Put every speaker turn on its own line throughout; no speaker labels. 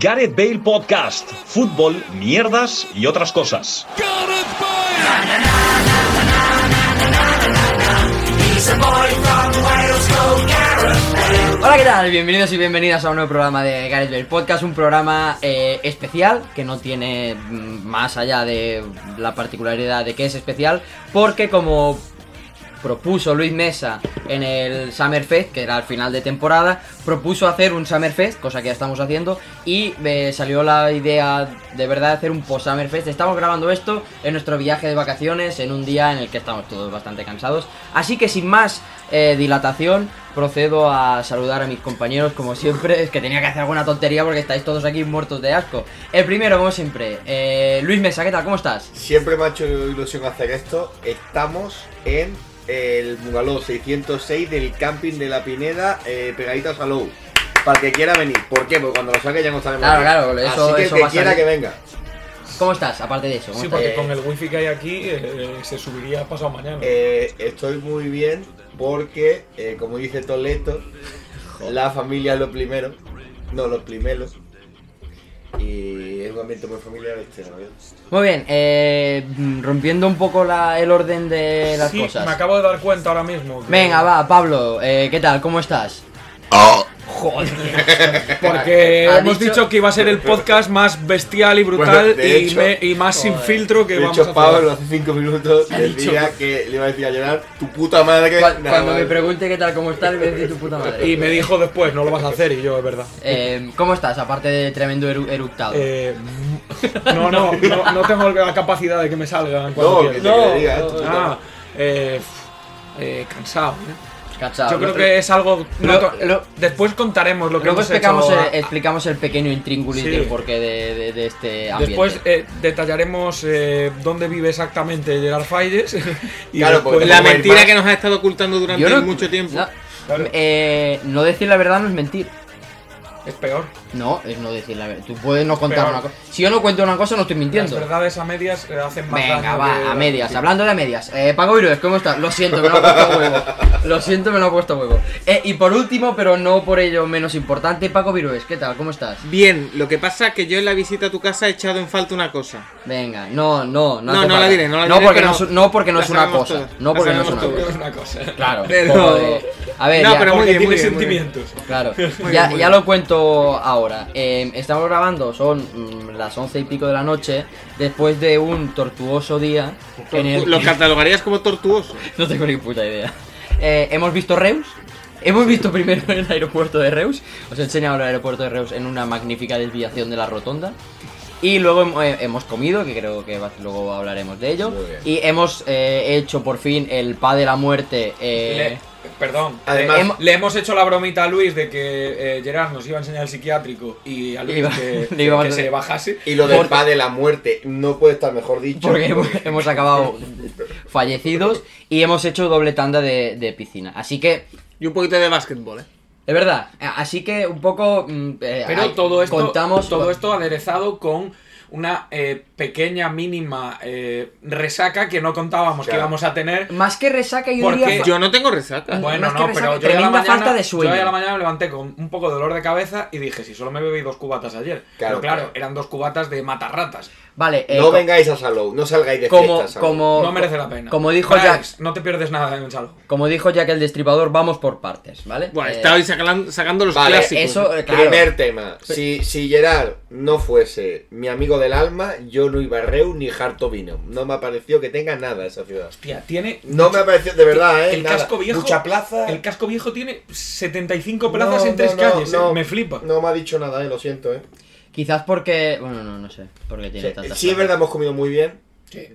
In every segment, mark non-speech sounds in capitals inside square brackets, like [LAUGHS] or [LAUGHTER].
Gareth Bale Podcast, fútbol, mierdas y otras cosas.
Hola, ¿qué tal? Bienvenidos y bienvenidas a un nuevo programa de Gareth Bale Podcast, un programa eh, especial que no tiene mm, más allá de la particularidad de que es especial, porque como propuso Luis Mesa en el Summer Fest, que era al final de temporada, propuso hacer un Summer Fest, cosa que ya estamos haciendo, y eh, salió la idea de verdad de hacer un post-Summer Fest. Estamos grabando esto en nuestro viaje de vacaciones, en un día en el que estamos todos bastante cansados. Así que sin más eh, dilatación, procedo a saludar a mis compañeros, como siempre, es que tenía que hacer alguna tontería porque estáis todos aquí muertos de asco. El primero, como siempre, eh, Luis Mesa, ¿qué tal? ¿Cómo estás?
Siempre me ha hecho ilusión hacer esto. Estamos en el bungalow 606 del camping de la Pineda, eh, pegadito a Salou. Para el que quiera venir. ¿Por qué? Porque cuando lo saque ya no estaremos
Claro,
aquí.
claro, eso-
Así que
eso
el
va
que
a
quiera
salir.
que venga.
¿Cómo estás? Aparte de eso, ¿cómo
Sí,
estás?
porque con el wifi que hay aquí eh, se subiría pasado mañana.
Eh, estoy muy bien porque, eh, como dice Toleto, la familia es lo primero. No, los primeros. Y es un ambiente muy familiar este, ¿no?
Muy bien, eh, mm, rompiendo un poco la- el orden de las
sí,
cosas.
me acabo de dar cuenta ahora mismo. que-
Venga, va, Pablo, eh, ¿qué tal? ¿Cómo estás?
Porque
[LAUGHS]
Ha
hemos
dicho-
dicho... que iba a ser el podcast más bestial y brutal
Bueno, de
y,
hecho-
me- y más sin filtro que
De
vamos
hecho,
a hacer.
Pablo hace 5
[LAUGHS]
minutos decía que le iba a decir a llorar tu puta madre.
Cu-
Nada
Cuando
más.
me pregunte qué tal, cómo estás, me decís tu puta madre.
[LAUGHS] Y me dijo después, no lo vas a hacer, y yo,
[LAUGHS]
es verdad.
Eh, ¿Cómo estás? Aparte de tremendo eru- eructado.
Eh, no, no, no, no tengo la capacidad de que me salgan cuando
No, que te
quiera.
que diga esto.
Ah, eh, eh, cansado. ¿eh?
Cachao.
Yo creo
Lo-
que es algo. no
Lo-
to-
lo-
después contaremos lo que
Luego
hemos hecho.
explicamos,
a-
el,
eh,
explicamos el pequeño intríngulis
Sí.
del porqué de, de- de este ambiente.
Después eh, detallaremos eh, dónde vive exactamente Gerard Falles. [LAUGHS] y
Claro, porque
después-
La
Como el
mentira
mar.
que nos ha estado ocultando durante
Yo no-
mucho tiempo.
No, eh, no decir la verdad no es mentir.
es peor.
No, es no decir la verdad. Tú puedes no contar
Pero-
una cosa. Si yo no cuento una cosa, no estoy mintiendo.
Las verdades a medias eh, hacen más
Venga,
daño que-
va, a
[LAUGHS]
medias. Hablando de medias. Eh, Paco Virués, ¿cómo estás? Lo siento, me lo ha puesto huevo. Lo siento, me lo ha puesto huevo. Eh, y por último, pero no por ello menos importante, Paco Virués, ¿qué tal? ¿Cómo estás?
Bien, lo que pasa es que yo en la visita a tu casa he echado en falta una cosa.
Venga, no, no, no.
No,
hace
no la
falta.
diré, no la
no
diré,
Porque
pero
no, es- no porque no
la
es una
sabemos
cosa.
todos,
No
la
porque no es una
sabemos todos.
cosa.
Es una cosa.
Claro,
Pero-
como de- A ver,
No,
ya-
pero muy
Porque
bien, muy
tiene
bien, muy bien.
sentimientos.
Claro,
Muy
ya,
bien, muy
ya
bien.
lo cuento ahora. Eh, estamos grabando, son mm, las once y pico de la noche, después de un tortuoso día en el
Lo
que-
catalogarías como tortuoso.
No tengo ni puta idea. Eh, hemos visto Reus. Hemos visto primero [LAUGHS] el aeropuerto de Reus. Os he enseñado el aeropuerto de Reus en una magnífica desviación de la rotonda. Y luego hem- eh, hemos comido, que creo que va- luego hablaremos de ello.
Muy bien.
Y hemos eh, hecho por fin el pa de la muerte. eh,
Le- perdón.
Además-
eh, hem- le hemos hecho la bromita a Luis de que eh, Gerard nos iba a enseñar el psiquiátrico y a Luis
Iba-
que,
[LAUGHS] le iba a-
que se bajase.
Y lo del
Por-
pa de la muerte no puede estar mejor dicho.
porque hemos, hemos acabado fallecidos y hemos hecho doble tanda de- de piscina. Así que
Y un poquito de básquetbol, ¿eh?
Es verdad. Así que un poco. mm, eh,
Pero
ahí
todo esto,
Contamos.
todo esto aderezado con una eh, pequeña mínima eh, resaca que no contábamos
Claro.
que íbamos a tener.
Más que resaca, yo
¿Por
diría.
qué?
fa-
Eh, Yo no tengo resaca.
Bueno,
más Ah, que
no,
resaca,
pero yo hoy a la
tremenda
mañana,
falta de sueño.
yo hoy a la mañana me levanté con un poco de dolor de cabeza y dije, si solo me bebí dos cubatas ayer.
Claro.
Pero claro, eran dos cubatas de matarratas.
Vale, eh,
No
co-
vengáis a Salou, no salgáis de
como,
fiesta. Salou.
como.
No merece la pena.
Como dijo
Bryce,
Jack.
no te pierdes nada en un salón.
Como dijo Jack el destripador, vamos por partes, ¿vale?
Bueno,
Eh,
está hoy sacalan- sacando los
Vale,
clásicos.
Eso, eh, claro.
Primer tema. Si, si Gerard no fuese mi amigo del alma, yo no iba a Reus ni Harto Vino. No me ha parecido que tenga nada esa ciudad.
Tía, tiene...
No me ha parecido, de verdad, ¿eh?
el
nada.
casco viejo...
Mucha plaza.
El casco viejo tiene 75
No,
plazas en
no,
tres
no,
calles. eh.
no.
Me flipa.
No me ha dicho nada, ¿eh? Lo siento, ¿eh?
Quizás porque. Bueno, no, no sé. Porque tiene
Sí,
tantas.
sí, es verdad, hemos comido muy bien.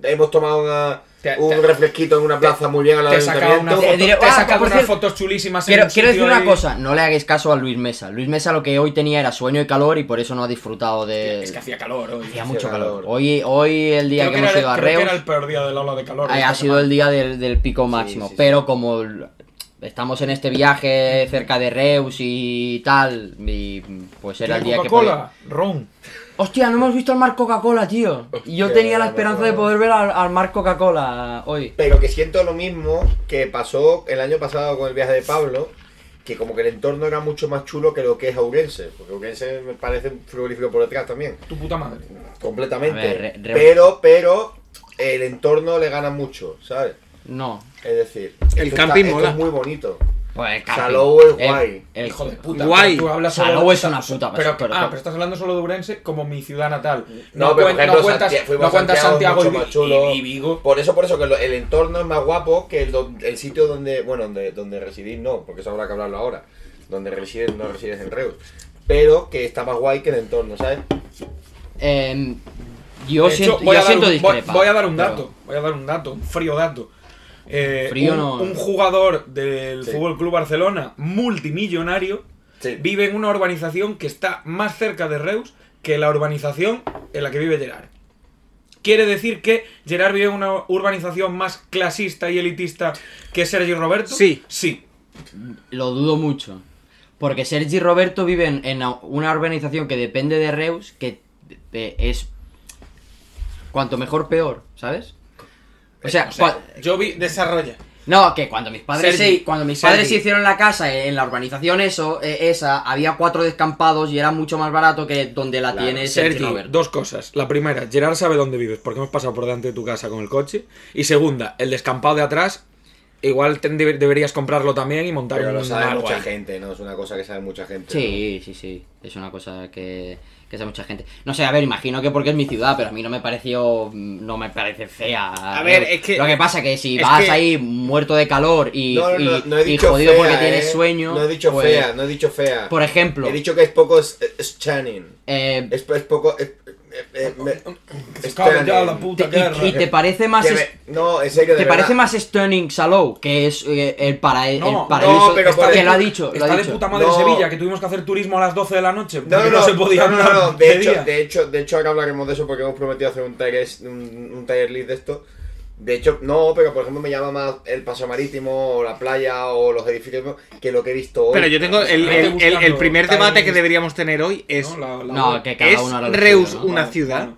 Hemos tomado una-
Te-
un
te-
refresquito en una plaza muy bien al
Te he sacado
ayuntamiento.
una
Eh,
foto-
diré,
te he
ah,
sacado
por
unas
cierto,
fotos chulísimas en
Quiero,
un
quiero decir
sitio
una
ahí.
cosa, no le hagáis caso a Luis Mesa. Luis Mesa lo que hoy tenía era sueño y calor y por eso no ha disfrutado de...
Es que hacía calor hoy.
hacía
Creo
mucho
calor.
calor. Hoy, hoy el día que,
que
hemos
era-
ido a
creo que
Reus...
era el peor día de la ola de calor.
Ah,
de
ha
esta
sido
semana.
el día del, del pico máximo.
sí, sí.
pero como l- estamos en este viaje cerca de Reus y tal, y pues era el
Tiene
día que. podía-
Coca-Cola, ron.
Hostia, no hemos visto al mar Coca-Cola, tío. Y yo
Hostia,
tenía la
no me
esperanza de
acuerdo.
poder ver al, al mar Coca-Cola hoy.
Pero que siento lo mismo que pasó el año pasado con el viaje de Pablo, que como que el entorno era mucho más chulo que lo que es Ourense, porque Ourense me parece un frigorífico por detrás también,
Tu puta madre.
completamente.
A ver, re- re-
pero, pero, el entorno le gana mucho, ¿sabes?
No.
Es decir,
El
esto
camping
esto
mola.
es muy bonito.
Pues eh, el
Salou
camping.
es guay.
El, el-
Hijo de puta.
Guay.
pero Tú hablas solo-
Salou es una puta
Pero,
pero-
ah, pero estás hablando solo de Urense como mi ciudad natal.
No, pero,
No,
por
cuen-
ejemplo,
no cuentas,
Santia- fuimos
no
a
cuentas
Santiago,
Santiago,
mucho más chulo.
y, y- y Vigo.
Por eso, por eso, que lo- el entorno es más guapo que el, do- el sitio donde, bueno, donde, donde residís, no, porque eso habrá que hablarlo ahora. Donde resides, no resides en Reus. Pero que está más guay que el entorno, ¿sabes?
eh, yo
De hecho,
siento,
voy
yo
a dar
siento
un- voy-
discrepa.
voy a dar un
pero-
dato, voy a dar un dato, un frío dato. Eh,
Frío
un,
no-
un jugador del
Sí.
Fútbol Club Barcelona, multimillonario,
Sí.
vive en una urbanización que está más cerca de Reus que la urbanización en la que vive Gerard. Quiere decir que Gerard vive en una urbanización más clasista y elitista que Sergi Roberto.
Sí.
Sí.
Lo dudo mucho. Porque Sergi y Roberto viven en a- una organización que depende de Reus, que eh, es cuanto mejor peor, ¿sabes?
Eh,
O sea, cua-
Yo vi, desarrolla.
no, que cuando mis padres,
Sergi,
se, cuando mis
Sergi.
padres se hicieron la casa en la urbanización eso, eh, esa, había cuatro descampados y era mucho más barato que donde la
Claro,
tiene Sergi,
Sergi,
Roberto.
dos cosas. La primera, Gerard sabe dónde vives porque hemos pasado por delante de tu casa con el coche. Y segunda, el descampado de atrás, igual te- debe- deberías comprarlo también y montar
Pero
un
lo sabe
algo
mucha
ahí.
gente, ¿no? Es una cosa que sabe mucha gente.
Sí, sí, sí. Es una cosa que, que sabe mucha gente. No sé, a ver, imagino que porque es mi ciudad, pero a mí no me pareció. mm, No me parece fea.
A ver, es que-
Lo que pasa que si
es
vas
que-
ahí muerto de calor y,
No, no, no,
y-
no he
y
dicho
jodido
fea,
porque
¿eh?
tienes sueño.
No he dicho
pues,
fea, no he dicho fea.
Por ejemplo,
He dicho que es poco es- es shanning.
eh,
Es, es poco... es- eh, eh, me-
Que se
es
cabe ya
stunning.
la puta
te- y-
guerra.
y, te parece más.
Que
Ah, es-
me- no, en serio, de
¿Te
verdad.
parece más Stunning Salou? Que es eh, el, para, el
No,
paraíso.
no, pero
está-
por-
que lo ha dicho, lo
Está
ha
de
dicho.
puta madre
No.
Sevilla, que tuvimos que hacer turismo a las 12 de la noche.
No,
porque
no,
se podía
no, no,
andar
no, de, hecho,
día.
de hecho, de hecho ahora hablaremos de eso porque hemos prometido hacer un tier, un, un tier list de esto. De hecho, no, pero por ejemplo me llama más el paseo marítimo o la playa o los edificios que lo que he visto hoy.
Pero yo tengo el,
Vete
el- el- el primer
buscando
debate
timings.
que deberíamos tener hoy es
No, la- la-
No, que cada
¿Es
uno hará lo
Reus
suyo, ¿no?
una ciudad?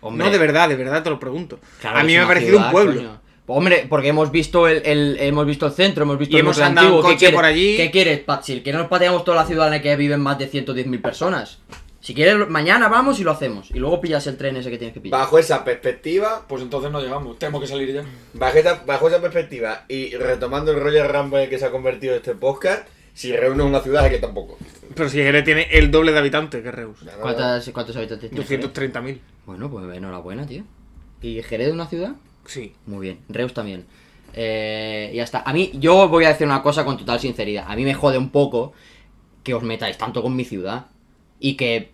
Hombre.
No, de verdad, de verdad te lo pregunto.
Claro,
a mí
es
me ha
una
parecido
ciudad,
un pueblo.
coño. Pues, Hombre, porque hemos visto el, el- hemos visto el centro, hemos visto
Y
el
hemos
núcleo
andado en
antiguo. ¿Qué
coche
quieres-
por allí.
¿Qué quieres, Patsil? Que nos pateamos toda la ciudad en la que viven más de 110.000 personas. Si quieres, lo- mañana vamos y lo hacemos. Y luego pillas el tren ese que tienes que pillar.
Bajo esa perspectiva,
Pues entonces no llegamos, tengo que salir ya.
bajo esa, bajo esa perspectiva y retomando el rollo de Rambo en el que se ha convertido este podcast, si reúne una ciudad es que tampoco.
Pero si Jerez tiene el doble de habitantes que Reus.
No, no, no.
¿Cuántas- ¿Cuántos habitantes tiene? Jerez?
230.000.
Bueno, pues enhorabuena, tío. ¿Y Jerez una ciudad?
Sí.
Muy bien. Reus también. Eh, y ya está. A mí, yo voy a decir una cosa con total sinceridad. A mí me jode un poco que os metáis tanto con mi ciudad y que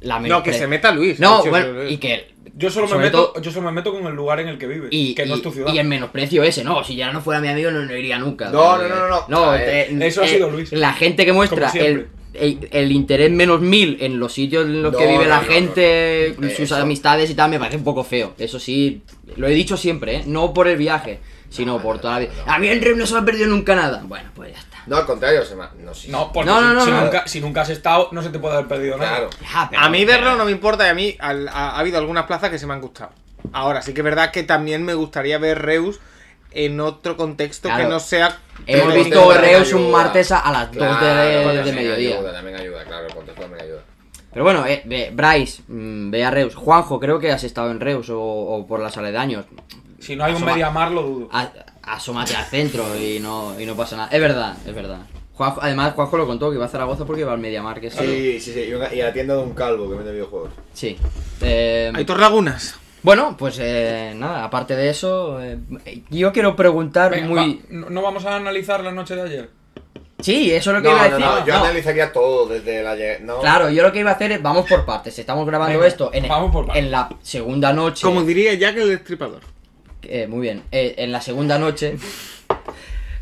la
No, que
menospre-
se meta Luis.
No,
Yo-
bueno, y que
Yo solo, me
Sobre
meto,
todo-
yo solo me meto con el lugar en el que vives,
y,
que no
y-
es tu ciudad.
y el menosprecio ese, no, si ya no fuera mi amigo no, no iría nunca.
No,
Eh,
no, no, no, no.
no,
A ver,
eh,
eso ha
eh,
sido Luis.
La gente que muestra
Como siempre.
el, el- el interés menos mil en los sitios en los que
No,
vive
no,
la
no,
gente,
no.
sus
Eso.
amistades y tal, me parece un poco feo. Eso sí, lo he dicho siempre, ¿eh? no por el viaje, sino por toda la vida. A mí el Reus no se me ha perdido nunca nada. Bueno, pues ya está.
No, al contrario, se me- no, sí,
No,
sí.
porque
No, no,
si-
no,
si,
no.
Nunca, si nunca has estado, no se te puede haber perdido nada.
Claro.
Ya, pero-
A mí de
pero-
Reus no me importa y a mí al- ha, ha habido algunas plazas que se me han gustado. Ahora, sí que es verdad que también me gustaría ver Reus en otro contexto
Claro.
que no sea...
Hemos
Pero
visto
también
Reus un
ayuda.
martes a- a las dos de-
bueno,
de
también
mediodía.
Ayuda, también ayuda, claro, el contexto también ayuda.
Pero bueno, eh, eh, Bryce, mm, ve a Reus. Juanjo, creo que has estado en Reus o, o por las aledaños.
Si no hay un
Asoma-
Mediamar, lo dudo.
A- asómate al centro y no, y no pasa nada. Es verdad, es verdad. Juanjo- además, Juanjo lo contó que iba a Zaragoza porque iba al Mediamar, que sí.
Sí, sí, sí. Y, una- y a la tienda de un calvo que vende videojuegos.
Sí. Eh,
Hay Lagunas.
bueno, pues eh, nada, aparte de eso, eh, yo quiero preguntar
Venga,
muy...
va, no, no vamos a analizar la noche de ayer.
Sí, eso es lo que
No,
iba a
no,
decir.
no, yo
No.
analizaría todo desde la lleg- no.
Claro, yo lo que iba a hacer es, vamos por partes, estamos grabando
Venga,
esto en,
vamos por partes.
en la segunda noche.
Como diría Jack el Destripador.
Eh, muy bien. Eh, en la segunda noche.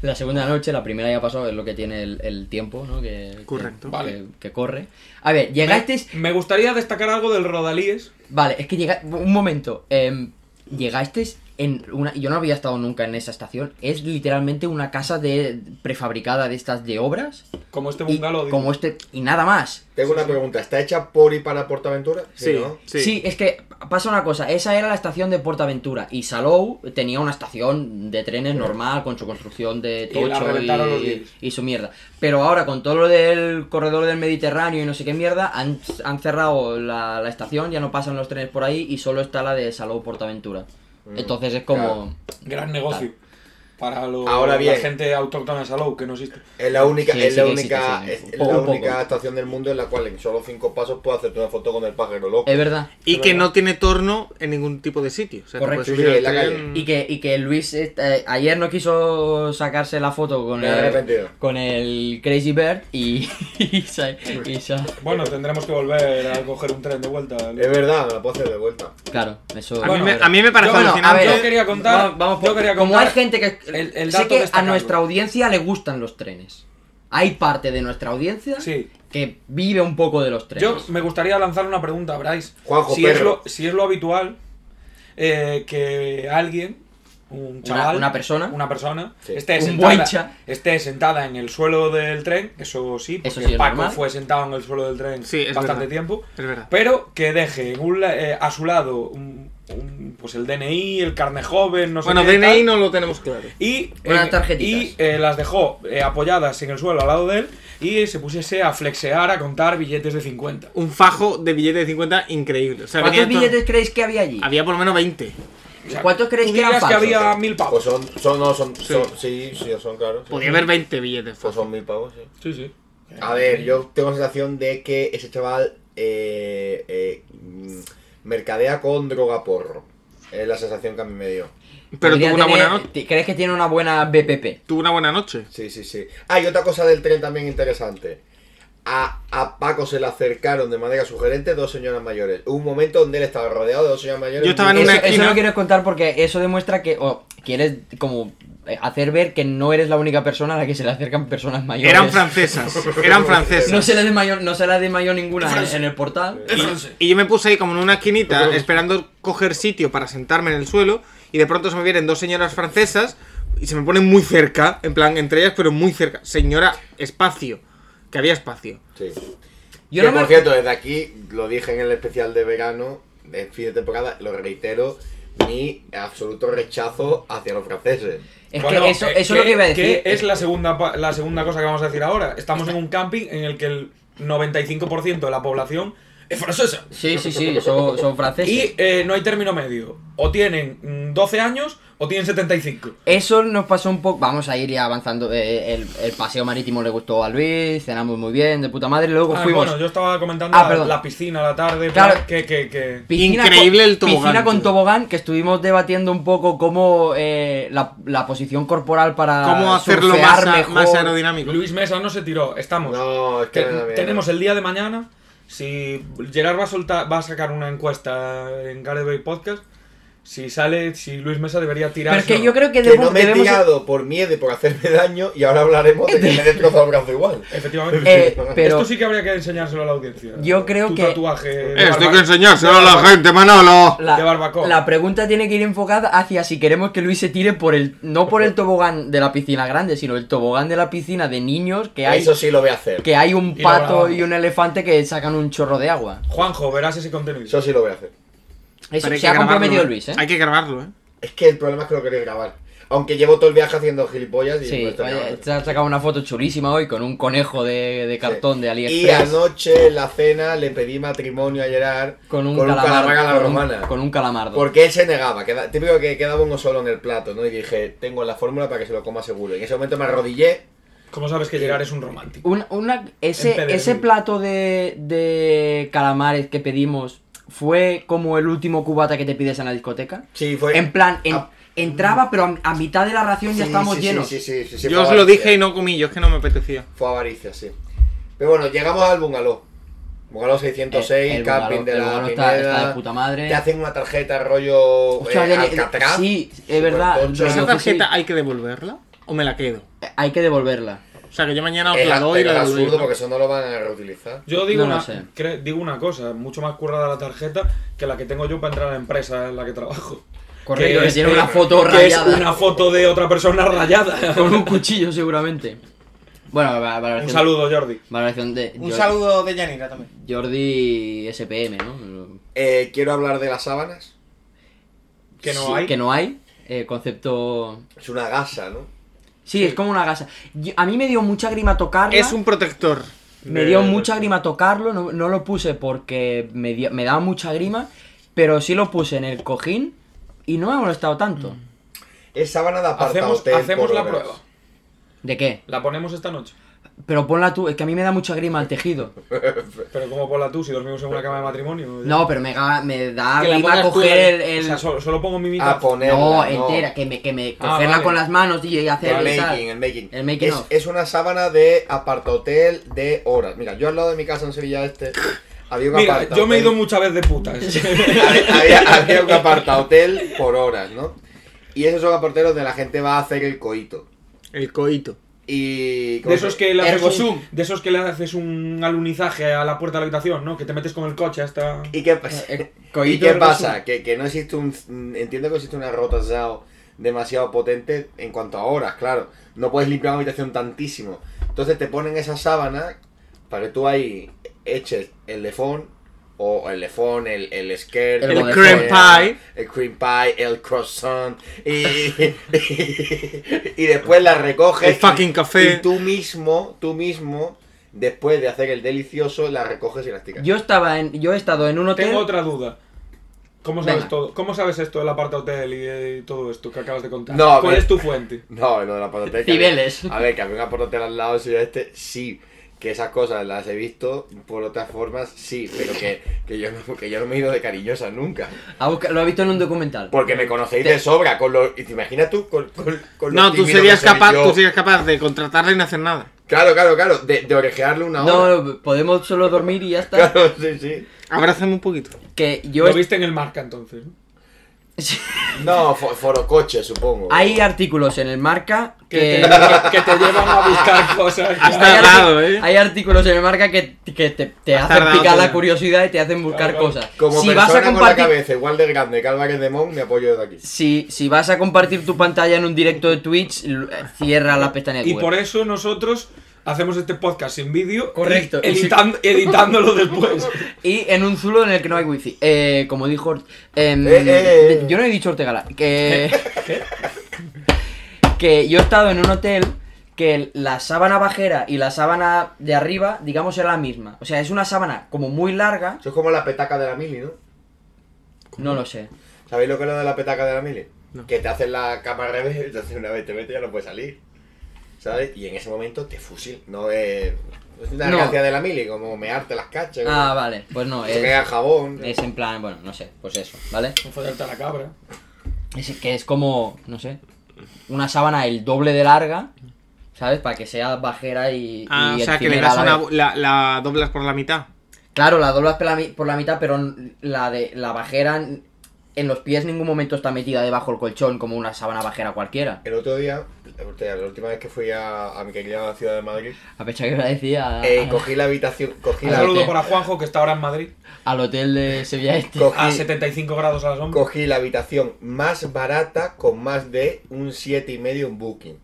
La segunda noche, la primera ya pasó, es lo que tiene el, el tiempo, ¿no? Que, que-
Correcto.
Que,
Vale.
que corre. A ver, llegasteis.
Me, me gustaría destacar algo del Rodalíes.
Vale, es que llega. Un momento. em, llegasteis en una, yo no había estado nunca en esa estación, es literalmente una casa de prefabricada de estas de obras.
Como este
y
bungalow. digo.
como este, y nada más.
Tengo una pregunta, ¿está hecha por y para Portaventura?
Sí.
¿no?
Sí. es que pasa una cosa, esa era la estación de Portaventura y Salou tenía una estación de trenes normal con su construcción de
Y la
tocho
reventaron los
y,
guiris.
y su mierda. Pero ahora con todo lo del corredor del Mediterráneo y no sé qué mierda, han, han cerrado la, la estación, ya no pasan los trenes por ahí y solo está la de Salou Portaventura. Entonces es como...
Gran negocio. Para lo-
Ahora
la
bien.
gente autóctona de Salou, que no existe.
Es la única,
Sí,
es
sí
la
que
única,
existe, sí.
es
Un
la
poco, un
única
poco.
estación del mundo en la cual en solo cinco pasos puedo hacerte una foto con el pájaro loco.
Es verdad.
Y que
verdad.
no tiene torno en ningún tipo de sitio. O sea, te
Correcto.
puedes
Sí,
subir
en la
al
calle.
tren.
Y que, y que Luis eh, eh, ayer no quiso sacarse la foto con
Me he
el,
arrepentido.
con el Crazy Bird y, [LAUGHS] y, se- y se-
Bueno, tendremos que volver a coger un tren de vuelta.
Es verdad, me la puedo hacer de vuelta.
Claro, eso...
A,
Bueno,
mí me, a mí me parece
yo, bueno,
alucinante.
a ver,
Yo quería contar-
vamos- vamos por-
yo quería
como
contar
hay gente que
el- el
sé
dato
que a
destacable.
nuestra audiencia le gustan los trenes. Hay parte de nuestra audiencia
Sí.
que vive un poco de los trenes.
Yo me gustaría lanzar una pregunta a Bryce.
Juanjo
si, es
Perro.
lo, si es lo habitual eh, que alguien, un chaval,
una persona.
una persona
Sí.
esté,
Un
sentada,
guaycha.
esté sentada en el suelo del tren, eso sí, porque
Eso sí es
Paco
normal.
fue sentado en el suelo del tren
Sí, es
bastante
verdad.
tiempo,
Es verdad.
pero que deje en un la- eh, a su lado un- un- pues el DNI, el carne joven, no sé
Bueno,
qué,
DNI
tal.
no lo tenemos claro.
Y,
Unas
eh,
tarjetitas.
y eh, las dejó eh, apoyadas en el suelo al lado de él y se pusiese a flexear, a contar billetes de 50.
Un fajo de billetes de 50 increíble. O sea,
¿Cuántos
venía todo-
billetes creéis que había allí?
Había por lo menos 20.
O sea,
¿Cuántos
tú
creéis que eran
dirías
falsos?
había mil
Pues
pavos.
son, son, no, son,
Sí.
son- sí, sí, son caros. sí.
Podía haber 20 billetes.
Pues
fajo.
son mil pavos, sí.
Sí, sí.
A ver, yo tengo la sensación de que ese chaval eh, eh, mm, mercadea con droga porro. Es la sensación que a mí me dio.
Pero
Podría
tuvo una,
tener-
buena no-
ti- ¿Crees que tiene una buena BPP?
tuvo una buena noche.
Sí, sí, sí. Ah, y otra cosa del tren también interesante. A, a Paco se le acercaron de manera sugerente dos señoras mayores. Hubo un momento donde él estaba rodeado de dos señoras mayores.
Yo estaba en
Eso,
una
eso
esquina.
no quieres contar porque eso demuestra que o, quieres como eh, hacer ver que no eres la única persona a la que se le acercan personas mayores.
Eran francesas. Eran francesas.
No se le desmayó, no se le desmayó ninguna en, en el portal.
Y yo me puse ahí como en una esquinita, esperando coger sitio para sentarme en el suelo, y de pronto se me vienen dos señoras francesas y se me ponen muy cerca, en plan, entre ellas, pero muy cerca. Señora, espacio, que había espacio.
Sí.
Yo
que,
no me-
por cierto, desde aquí, lo dije en el especial de verano, de fin de temporada, lo reitero, mi absoluto rechazo hacia los franceses.
Es
Bueno,
que eso,
eh,
eso es lo
¿qué-
que iba a decir.
qué es la segunda, pa- la segunda cosa que vamos a decir ahora. Estamos en un camping en el que el 95% de la población es francesa.
Sí, sí, sí, son, son franceses.
Y eh, no hay término medio. O tienen mm, 12 años o tienen 75.
Eso nos pasó un poco. Vamos a ir ya avanzando. eh, el, el paseo marítimo le gustó a Luis, cenamos muy bien, de puta madre. Luego
Ah,
Pues fuimos.
bueno, yo estaba comentando
Ah,
la-
perdón.
la, piscina a la tarde.
Claro.
plan, Que, que, que...
Increíble el tobogán,
Piscina con
tío.
tobogán, que estuvimos debatiendo un poco cómo eh, la, la posición corporal para.
¿Cómo hacerlo más,
surfear
a-
mejor.
más aerodinámico?
Luis Mesa no se tiró. Estamos.
No, es que
Te-
me da miedo.
tenemos el día de mañana. Si Gerard va a soltar, va a sacar una encuesta en Gareth Bay Podcast. Si sale, si Luis Mesa debería tirar.
Pero es que yo creo que,
que
debo-
no me he
debemos.
tirado por miedo y por hacerme daño y ahora hablaremos de que me he destrozado el brazo igual.
Efectivamente.
[LAUGHS]
Eh, pero
Esto sí que habría que enseñárselo a la audiencia.
Yo creo
Tu
que-
tatuaje. de
Esto hay
barba-
que enseñárselo a
de
la
barba-
gente, Manolo.
la,
de barbacoa.
la pregunta tiene que ir enfocada hacia si queremos que Luis se tire por el. No por el tobogán de la piscina grande, sino el tobogán de la piscina de niños que hay.
Eso sí lo voy a hacer.
que hay un
Y lo
pato
grabamos.
y un elefante que sacan un chorro de agua.
Juanjo, verás ese contenido.
Eso sí lo voy a hacer.
Eso
Pero hay
se
que
ha
grabarlo,
comprometido
¿eh?
Luis, ¿eh?
Hay que grabarlo, ¿eh?
Es que el problema es que lo queréis grabar. Aunque llevo todo el viaje haciendo gilipollas y no
Sí,
estoy
oye,
grabando.
te has sacado una foto chulísima hoy con un conejo de, de cartón de
Y
AliExpress.
anoche en la cena le pedí matrimonio a Gerard
Con un,
calamar
calamar,
a la
con un-
romana.
con un calamardo.
Porque él se negaba, queda, típico que quedaba uno solo en el plato, ¿no? Y dije, tengo la fórmula para que se lo coma seguro. Y en ese momento me arrodillé.
Como sabes que Gerard es un romántico.
Una- una- ese,
Empedernido.
ese plato de, de calamares que pedimos fue como el último cubata que te pides en la discoteca.
Sí, fue.
En plan, en-
Ah.
entraba, pero a, a mitad de la ración ya
Sí,
estamos
sí, sí,
llenos.
sí, sí, sí, sí, fue
Yo os lo
avaricia.
dije y no comí, yo es que no me apetecía.
Fue avaricia, sí. Pero bueno, llegamos al bungalow. Bungalow 606,
El- el
camping
bungalow-
de
el
la
bungalow está-
Pineda.
está de puta madre.
Te hacen una tarjeta rollo.
Hostia,
eh,
de- de-
Alcatraz.
sí, es verdad.
Supertocho.
Pero
¿Esa
no-
tarjeta hay que devolverla o me la quedo?
Hay que devolverla.
O sea, que yo mañana os
Es
la doy y
pero
la
es
devolvéis,
absurdo
¿no?
porque eso no lo van a reutilizar.
Yo digo,
No lo
una,
sé.
cre- digo una cosa, mucho más currada la tarjeta que la que tengo yo para entrar a la empresa en la que trabajo.
Correcto,
que
que
es-
tiene una
que
foto
es
rayada.
una foto de otra persona rayada.
[LAUGHS] Con un cuchillo, seguramente. Bueno, va- valoración.
Un saludo, Jordi.
Valoración de
Un
Jor-
saludo de Yanira también.
Jordi SPM, ¿no?
Eh, quiero hablar de las sábanas.
Que no
Sí,
hay.
Que no hay. eh, concepto.
Es una gasa, ¿no?
Sí, es como una gasa. Yo- a mí me dio mucha grima tocarla.
Es un protector.
Me dio mucha grima tocarlo, no, no lo puse porque me, dio- me daba mucha grima, pero sí lo puse en el cojín y no me ha molestado tanto.
Es sábana de apartado.
Hacemos, hacemos la prueba.
¿De qué?
La ponemos esta noche.
Pero ponla tú, es que a mí me da mucha grima el tejido.
Pero como ponla tú si dormimos en una cama de matrimonio.
No, pero me, ga- me da
Que la
grima
pongas tú,
coger el... Ah, pues,
O sea, solo, solo pongo mi mitad.
A ponerla.
no,
No,
entera, que me, que me
Ah,
cogerla
vale.
con las manos y, y
El
hacer... y tal. Eh,
making, el making.
El making
es,
of.
es una sábana de apartotel de horas. Mira, yo al lado de mi casa en Sevilla Este había un
Mira,
apartahotel-
yo me he ido muchas veces de putas.
[LAUGHS]
había, había- había un apartahotel por horas, ¿no? Y esos son aparteros donde la gente va a hacer el coito.
El coito.
Y.
De esos, que le haces
Ergosum.
un, de esos que le haces un alunizaje a la puerta de la habitación, ¿no? Que te metes con el coche hasta...
¿Y pues, qué pasa?
Eh,
eh,
¿Y
coito
qué
de
pasa? Que, que no existe un. Entiendo que existe una rotazao demasiado potente en cuanto a horas, claro. No puedes limpiar una habitación tantísimo. Entonces te ponen esa sábana para que tú ahí eches el lefón. O el lefón, el, el skirt,
El
El
Godefroy.
cream pie.
el cream pie, el croissant, y, [LAUGHS] y después la recoges.
El fucking
y-
café.
Y tú mismo, tú mismo, después de hacer el delicioso, la recoges y la esticas.
Yo estaba en... Yo he estado en un hotel...
Tengo otra duda. ¿Cómo sabes
Venga.
todo? ¿Cómo sabes esto del aparta hotel y, eh, y todo esto que acabas de contar?
No, a
¿Cuál
ver.
es tu fuente?
No, lo de la patateca.
Cibeles.
A ver, que había una patateca al lado del este, sí. Que esas cosas las he visto por otras formas, sí. Pero que, que, yo, no, que yo no me he ido de cariñosa nunca.
a buscar- lo he visto en un documental.
Porque me conocéis de sobra. Con los, y ¿Te imaginas tú? Con, con, con lo
No, tú
tímido
serías,
que soy
capaz,
yo.
tú serías capaz de contratarle y no hacer nada.
Claro, claro, claro. De, de orejearle una hora.
No, podemos solo dormir y ya
[LAUGHS]
está.
Claro, sí, sí.
Abrázame un poquito.
Que yo...
Lo
est-
viste en el marca entonces. ¿no?
No, fo- forocoche, supongo.
Hay artículos en el marca
Que,
[LAUGHS] que...
te, que- que te llevan a buscar [LAUGHS] cosas.
Hasta-
hay, arti-
Tardado, ¿eh?
hay artículos en el marca que, que te, te
Has
hacen
tardado,
picar la
tío.
curiosidad y te hacen buscar
Claro.
cosas.
Como
si
persona
vas a
con la
compartir
cabeza igual de grande que Álvarez de Mon, me apoyo desde aquí.
si, si vas a compartir tu pantalla en un directo de Twitch, l- eh, cierra la pestaña de
y
Google.
por eso nosotros hacemos este podcast sin vídeo.
Correcto.
y editan-
[LAUGHS]
editándolo después.
Y en un zulo en el que no hay wifi. Eh, como dijo Ort- em,
Eh, eh, eh.
Yo no he dicho Ortega Lara,
[LAUGHS]
que, que yo he estado en un hotel que la sábana bajera y la sábana de arriba, digamos, era la misma. O sea, es una sábana como muy larga.
Eso es como la petaca de la mili, ¿no?
No lo sé.
¿Sabéis lo que es lo de la petaca de la mili? Que te hacen la cama al revés, [LAUGHS] entonces una vez te metes ya no puedes salir. ¿Sabes? Y en ese momento te fusil. No es. Es una
No.
gracia de la mili, como mearte las cachas.
Ah, vale. Pues no,
Se queda
es,
jabón.
es en plan, bueno, no sé, pues eso, ¿vale?
No follarte a la cabra.
Es que es como, no sé, una sábana el doble de larga, ¿sabes? Para que sea bajera y.
Ah,
y
o sea, que le
encimera
das
a la
una.
vez.
La, la doblas por la mitad.
Claro, la doblas por la, mi- por la mitad, pero n- la de la bajera n- en los pies en ningún momento está metida debajo del colchón como una sábana bajera cualquiera.
El otro día, el otro día, la última vez que fui a, a mi querida ciudad de Madrid,
A pesar que lo decía a-
eh, cogí la habitación. Cogí
Un
la,
saludo
hotel.
para Juanjo que está ahora en Madrid.
al hotel de Sevilla Este.
cogí-
A 75 grados a la sombra.
cogí la habitación más barata con más de un 7,5 en Booking.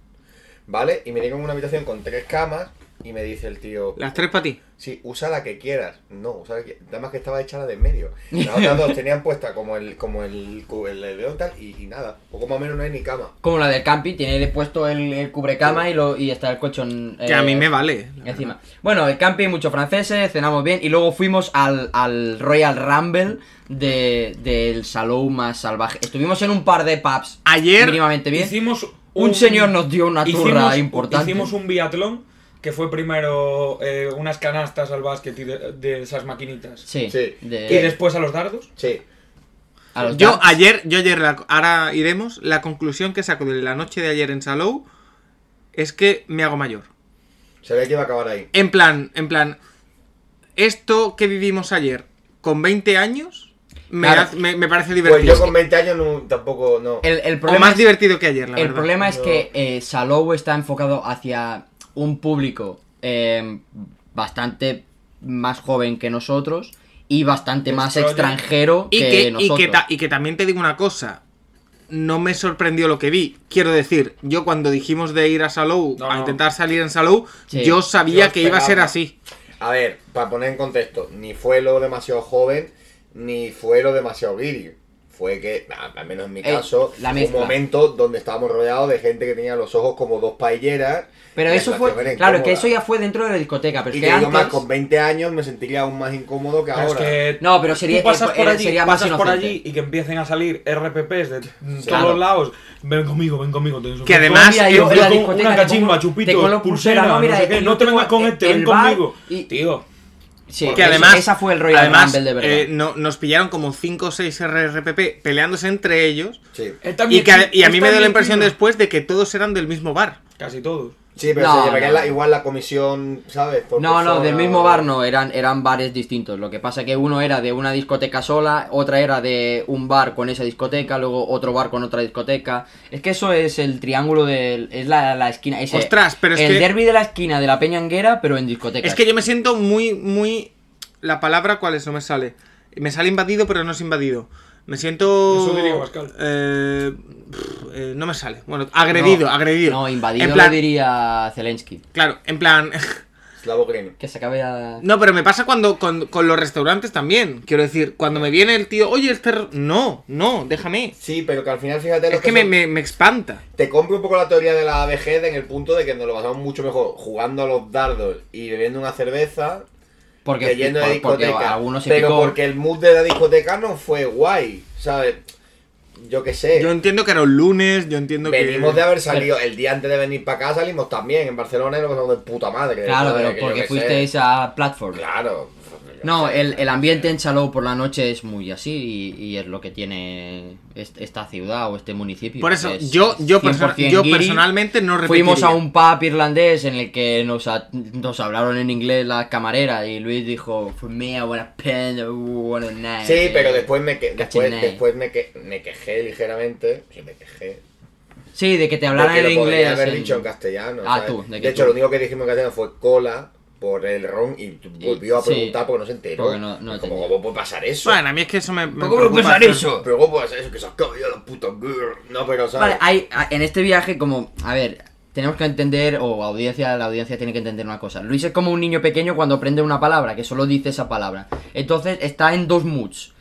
¿Vale? Y me dieron una habitación con tres camas y me dice el tío,
Las tres para ti.
sí, usa la que quieras. No, usa la que Nada más que estaba hecha la de en medio. Las otras
[LAUGHS]
dos tenían puesta como el como el, cu- el, león tal y, y nada. Poco más o menos no hay ni cama.
Como la del camping, tiene puesto el, el cubrecama y, lo, y está el colchón.
Que a
eh,
mí me vale.
Encima. Bueno, el camping, muchos franceses, cenamos bien y luego fuimos al, al Royal Rumble de, del Salou más salvaje. Estuvimos en un par de pubs
Ayer
mínimamente bien.
Hicimos
Un señor nos dio una turra importante.
Hicimos un biatlón que fue primero eh, unas canastas al básquet y de, de esas maquinitas.
Sí.
Sí.
de-
Y después a los dardos.
Sí.
a los
Yo
darts.
ayer, yo ayer, la- ahora iremos. La conclusión que saco de la noche de ayer en Salou es que me hago mayor.
Se ve que iba a acabar ahí.
En plan, en plan, esto que vivimos ayer con 20 años me,
Claro.
hace- me- me parece
Pues
divertido.
yo con 20 años no- tampoco no.
El, el
O
problema
más
es-
divertido que ayer, la
El
verdad.
problema es que eh, Salou está enfocado hacia un público eh, bastante más joven que nosotros y bastante más
Extraño.
extranjero
y
que,
que, y,
nosotros.
que ta- y que también te digo una cosa. no me sorprendió lo que vi. Quiero decir, yo cuando dijimos de ir a Salou,
No,
a
no.
intentar salir en Salou,
Sí.
yo sabía
Yo
que iba a ser
esperaba.
así.
A ver, para poner en contexto, ni fue lo demasiado joven, ni fue lo demasiado guiri. Fue que, nah, al menos en mi
Eh,
caso,
la
un
mezcla.
momento donde estábamos rodeados de gente que tenía los ojos como dos paelleras.
Pero
La
eso fue.
situación era
Claro, que
incómoda.
eso ya fue dentro de la discoteca. Pero es
Y
que
te digo
antes.
más, con 20 años me sentiría aún más incómodo que
Pero es
ahora.
que
No, pero sería-
tú pasas por
era-
allí,
sería más
pasas por
inocente.
allí y que empiecen a salir RPPs de todos
Claro.
lados. Ven conmigo, ven conmigo. te-
Que además-
Yo, mira,
más
que
yo en
yo
la
con
discoteca
una
te
cachimba,
pongo-
chupitos,
te colo
pulsera, no
mira,
sé qué,
yo
no te vengas con
el-
este,
el
ven
bar
conmigo.
y-
Tío,
sí,
Que
esa-
además,
esa fue el Royal
además
Rumble de verdad.
eh, no- nos pillaron como 5 o 6 RRPP peleándose entre ellos.
Sí.
Eh,
está
Y,
bien
que a- y
chi-
a mí
está
me dio la
bien
impresión
chino.
después de que todos eran del mismo bar.
Casi todos.
Sí, pero
No,
se llevaría
no.
la- igual la comisión, ¿sabes? Por
No, no,
persona
del mismo
o-
bar no, eran, eran bares distintos. Lo que pasa que uno era de una discoteca sola, otra era de un bar con esa discoteca, luego otro bar con otra discoteca. Es que eso es el triángulo del. Es la, la esquina. Ese,
Ostras, pero es
El
que-
derby de la esquina de la Peña Anguera, pero en discoteca.
Es que yo me siento muy, muy. La palabra, ¿cuál es? No me sale. Me sale invadido, pero no es invadido. Me siento.
Eso diría Pascal.
eh, pff, eh, no me sale. Bueno, agredido, agredido.
No, invadido
En plan,
lo diría Zelensky.
Claro, en plan. [LAUGHS]
Slavo Green.
Que se acabe a.
no, pero me pasa cuando con, con los restaurantes también. Quiero decir, cuando me viene el tío, oye, este. re- No, no, déjame.
Sí, pero que al final, fíjate lo
Es que me,
son.
me, me espanta.
Te compro un poco la teoría de la ABG de- en el punto de que nos lo pasamos mucho mejor jugando a los dardos y bebiendo una cerveza
Porque,
que yendo a
por- porque
discoteca.
algunos se
pero
picó.
porque el mood de la discoteca no fue guay, ¿sabes? Yo qué sé.
Yo entiendo que era un lunes, yo entiendo que.
Venimos de haber salido el día antes de venir para acá, salimos también en Barcelona y nos pasamos de puta madre.
Claro,
¿sabes?
pero
Que yo
porque
qué
fuisteis
sé.
a Platform.
Claro.
No, el, el ambiente en Chalou por la noche es muy así y, y es lo que tiene est- esta ciudad o este municipio.
Por eso,
Es-
yo,
es
yo, persona-
100%
yo
guiri.
personalmente no repetiría.
Fuimos a un pub irlandés en el que nos, a- nos hablaron en inglés la camarera y Luis dijo, For me, I wanna spend what a night.
Sí, pero después me, que- después,
Cachinay.
después me, que- me quejé ligeramente. Sí, me quejé.
Sí, de que
Porque
te hablaran en
lo podría
inglés.
haber
en-
dicho en castellano.
Ah,
¿sabes?
tú, de
De,
que
hecho,
tú.
lo único que dijimos en castellano fue cola por el ron y t- volvió a
sí,
preguntar porque no se enteró.
porque no- no
como,
entendía.
¿cómo puede pasar eso?
Bueno, a mí es que eso me. me
¿Cómo puede
preocupa
pasar
hacer-
eso?
Pero ¿cómo puede pasar eso? Que se acaba ya la puta guerra. No, pero, ¿sabes?
Vale, hay, a- en este viaje como, a ver, tenemos que entender, o audiencia, la audiencia tiene que entender una cosa. Luis es como un niño pequeño cuando aprende una palabra, que solo dice esa palabra. Entonces está en dos moods.